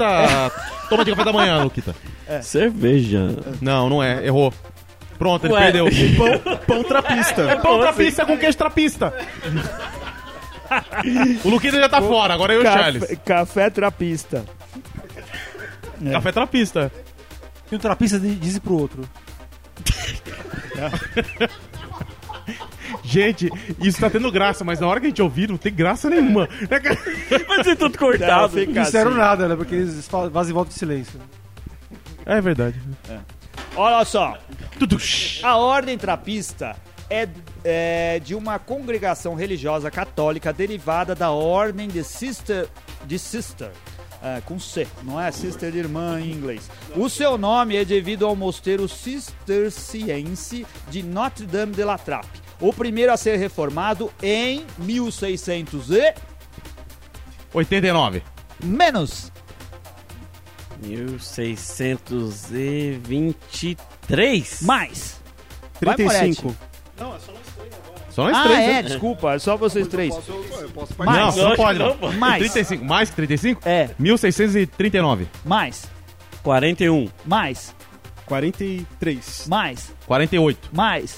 Speaker 3: toma de café da manhã, Luquita?
Speaker 2: É.
Speaker 4: Cerveja.
Speaker 3: Não, não é. Errou. Pronto, ele
Speaker 4: Ué.
Speaker 3: perdeu.
Speaker 7: Pão trapista.
Speaker 3: É Pão
Speaker 2: assim?
Speaker 3: trapista com queijo trapista. o Luquita já tá fora, agora eu e o Charles.
Speaker 2: Café, café trapista. é.
Speaker 3: Café trapista.
Speaker 6: E um trapista di- diz pro outro.
Speaker 3: Gente, isso tá tendo graça, mas na hora que a gente ouvir, não tem graça nenhuma.
Speaker 4: Vai ser é tudo
Speaker 3: Tá.
Speaker 4: cortado.
Speaker 2: Não, fica assim.
Speaker 6: Disseram nada, né? Porque eles falam, vazam em volta de silêncio.
Speaker 3: É verdade.
Speaker 2: Olha só.
Speaker 3: Tudo.
Speaker 2: A ordem trapista é, é, de uma congregação religiosa católica derivada da ordem de Sister, de Sister é, com C, não é Sister de irmã em inglês. O seu nome é devido ao mosteiro cisterciense de Notre Dame de la Trappe, o primeiro a ser reformado em 1600 e
Speaker 3: 89.
Speaker 2: menos
Speaker 4: 1623.
Speaker 2: mais. Vai,
Speaker 7: 35.
Speaker 3: Só nós
Speaker 2: Ah,
Speaker 3: três,
Speaker 2: é,
Speaker 3: né?
Speaker 2: desculpa, é só vocês três.
Speaker 3: Não,
Speaker 2: Mais,
Speaker 3: não pode não.
Speaker 2: Mais.
Speaker 3: 35. Mais que 35?
Speaker 2: é,
Speaker 3: 1639.
Speaker 2: mais,
Speaker 4: 41.
Speaker 2: mais,
Speaker 7: 43.
Speaker 2: mais,
Speaker 3: 48.
Speaker 2: mais,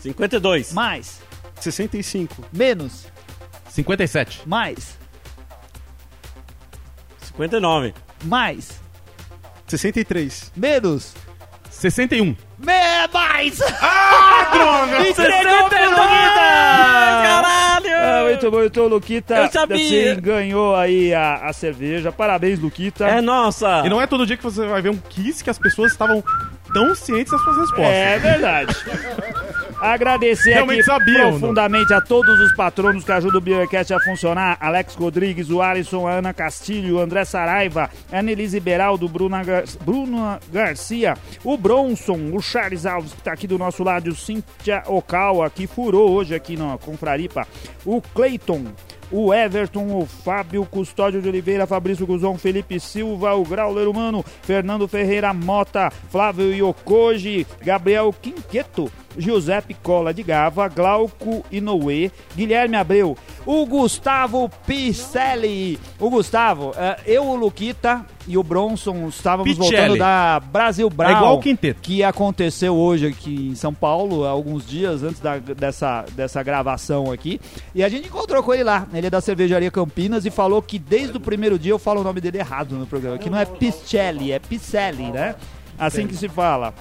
Speaker 4: 52.
Speaker 2: mais,
Speaker 7: 65.
Speaker 2: menos.
Speaker 3: 57.
Speaker 2: Mais,
Speaker 4: 59.
Speaker 2: mais,
Speaker 7: 63.
Speaker 2: menos,
Speaker 3: 61.
Speaker 2: me, mais!
Speaker 3: Droga!
Speaker 2: Entregou pro Luquita!
Speaker 4: Caralho!
Speaker 2: Ah, muito Muito bom, então o Luquita
Speaker 4: Eu sabia!
Speaker 2: assim, ganhou aí a, a cerveja. Parabéns, Luquita.
Speaker 4: É nossa!
Speaker 3: E não é todo dia que você vai ver um quiz que as pessoas estavam tão cientes das suas respostas.
Speaker 2: É verdade. Agradecer
Speaker 3: Realmente
Speaker 2: aqui
Speaker 3: sabiam,
Speaker 2: profundamente a todos os patronos que ajudam o Beercast a funcionar. Alex Rodrigues, o Alisson, a Ana Castilho, o André Saraiva, a Annelise Beraldo, Bruna, Gar Bruna Garcia, o Bronson, o Charles Alves, que está aqui do nosso lado, e o Cíntia Okawa, que furou hoje aqui na Confraripa, o Clayton, o Everton, o Fábio Custódio de Oliveira, Fabrício Guzon, Felipe Silva, o Grauler Humano, Fernando Ferreira Mota, Flávio Yokoji, Gabriel Quinqueto, Giuseppe Cola de Gava, Glauco Inoue, Guilherme Abreu, o Gustavo Picelli. O Gustavo, eh, eu, o Luquita e o Bronson estávamos
Speaker 3: Picelli.
Speaker 2: voltando da Brasil Brown.
Speaker 3: É igual o quinteto.
Speaker 2: Que aconteceu hoje aqui em São Paulo, há alguns dias antes da- dessa, dessa gravação aqui. E a gente encontrou com ele lá. Ele é da cervejaria Campinas e falou que desde o primeiro dia eu falo o nome dele errado no programa. Que não é Picelli, é Picelli, né? Assim que se fala.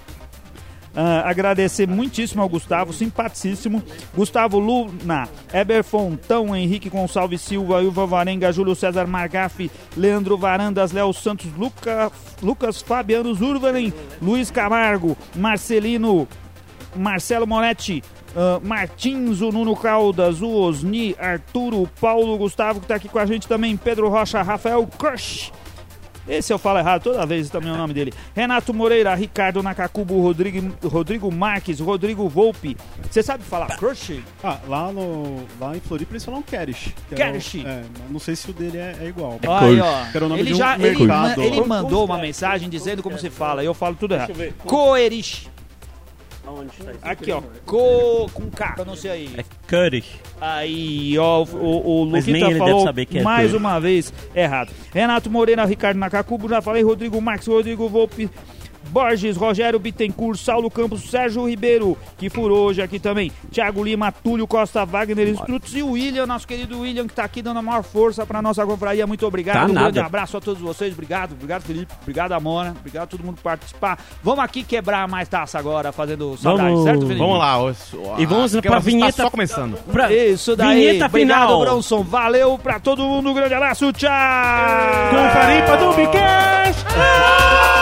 Speaker 2: Ah, agradecer muitíssimo ao Gustavo, simpaticíssimo. Gustavo Luna, Eber Fontão, Henrique Gonçalves Silva, Ilva Varenga, Júlio César Margaffi, Leandro Varandas, Léo Santos, Luca, Lucas Fabiano Zurvanen, Luiz Camargo, Marcelino, Marcelo Moretti. ah, Martins, o Nuno Caldas, o Osni, Arturo, Paulo Gustavo, que tá aqui com a gente também, Pedro Rocha, Rafael Crush, esse eu falo errado toda vez também é o nome dele. Renato Moreira, Ricardo Nakakubo, Rodrigo, Rodrigo Marques, Rodrigo Volpe. Você sabe falar crush?
Speaker 7: Ah, lá, no, lá em Floripa eles falam Kerish. que é o-
Speaker 2: Kerish.
Speaker 7: É, mas não sei se o dele é, é igual. mas-
Speaker 2: Olha, aí, ó.
Speaker 7: Era o nome
Speaker 2: Ele
Speaker 7: de um
Speaker 2: já ele,
Speaker 7: mercado.
Speaker 2: ma- ele mandou uma mensagem dizendo como se fala. e Eu falo tudo errado.
Speaker 4: Deixa eu ver.
Speaker 2: Coerich.
Speaker 4: Aonde tá isso?
Speaker 2: Aqui, ó. Co com K. Pronuncia aí.
Speaker 4: É Curry.
Speaker 2: Aí, ó, o, o, o
Speaker 4: Mas nem
Speaker 2: Luquita
Speaker 4: ele deve
Speaker 2: falou
Speaker 4: saber que é
Speaker 2: mais
Speaker 4: dele.
Speaker 2: uma vez errado. Renato Moreira, Ricardo Nakakubo, já falei, Rodrigo Max, Rodrigo Volpe, Borges, Rogério Bittencourt, Saulo Campos, Sérgio Ribeiro, que furou hoje aqui também, Thiago Lima, Túlio Costa, Wagner Strutz e o William, nosso querido William, que tá aqui dando a maior força pra nossa confraria. Muito obrigado,
Speaker 4: Tá
Speaker 2: um grande
Speaker 4: nada.
Speaker 2: abraço a todos vocês, obrigado, obrigado Felipe, obrigado Amora, obrigado a todo mundo por participar. Vamos aqui quebrar mais taça agora, fazendo saudade,
Speaker 4: Vamos.
Speaker 2: certo Felipe?
Speaker 3: Vamos lá.
Speaker 4: E vamos pra vinheta-
Speaker 3: Tá só começando.
Speaker 4: Pra...
Speaker 2: Isso daí.
Speaker 4: Vinheta
Speaker 2: Obrigado,
Speaker 4: final.
Speaker 2: Bronson. Valeu pra todo mundo. Um grande abraço. Tchau.
Speaker 3: Confaripa do Biquete!
Speaker 2: Ah!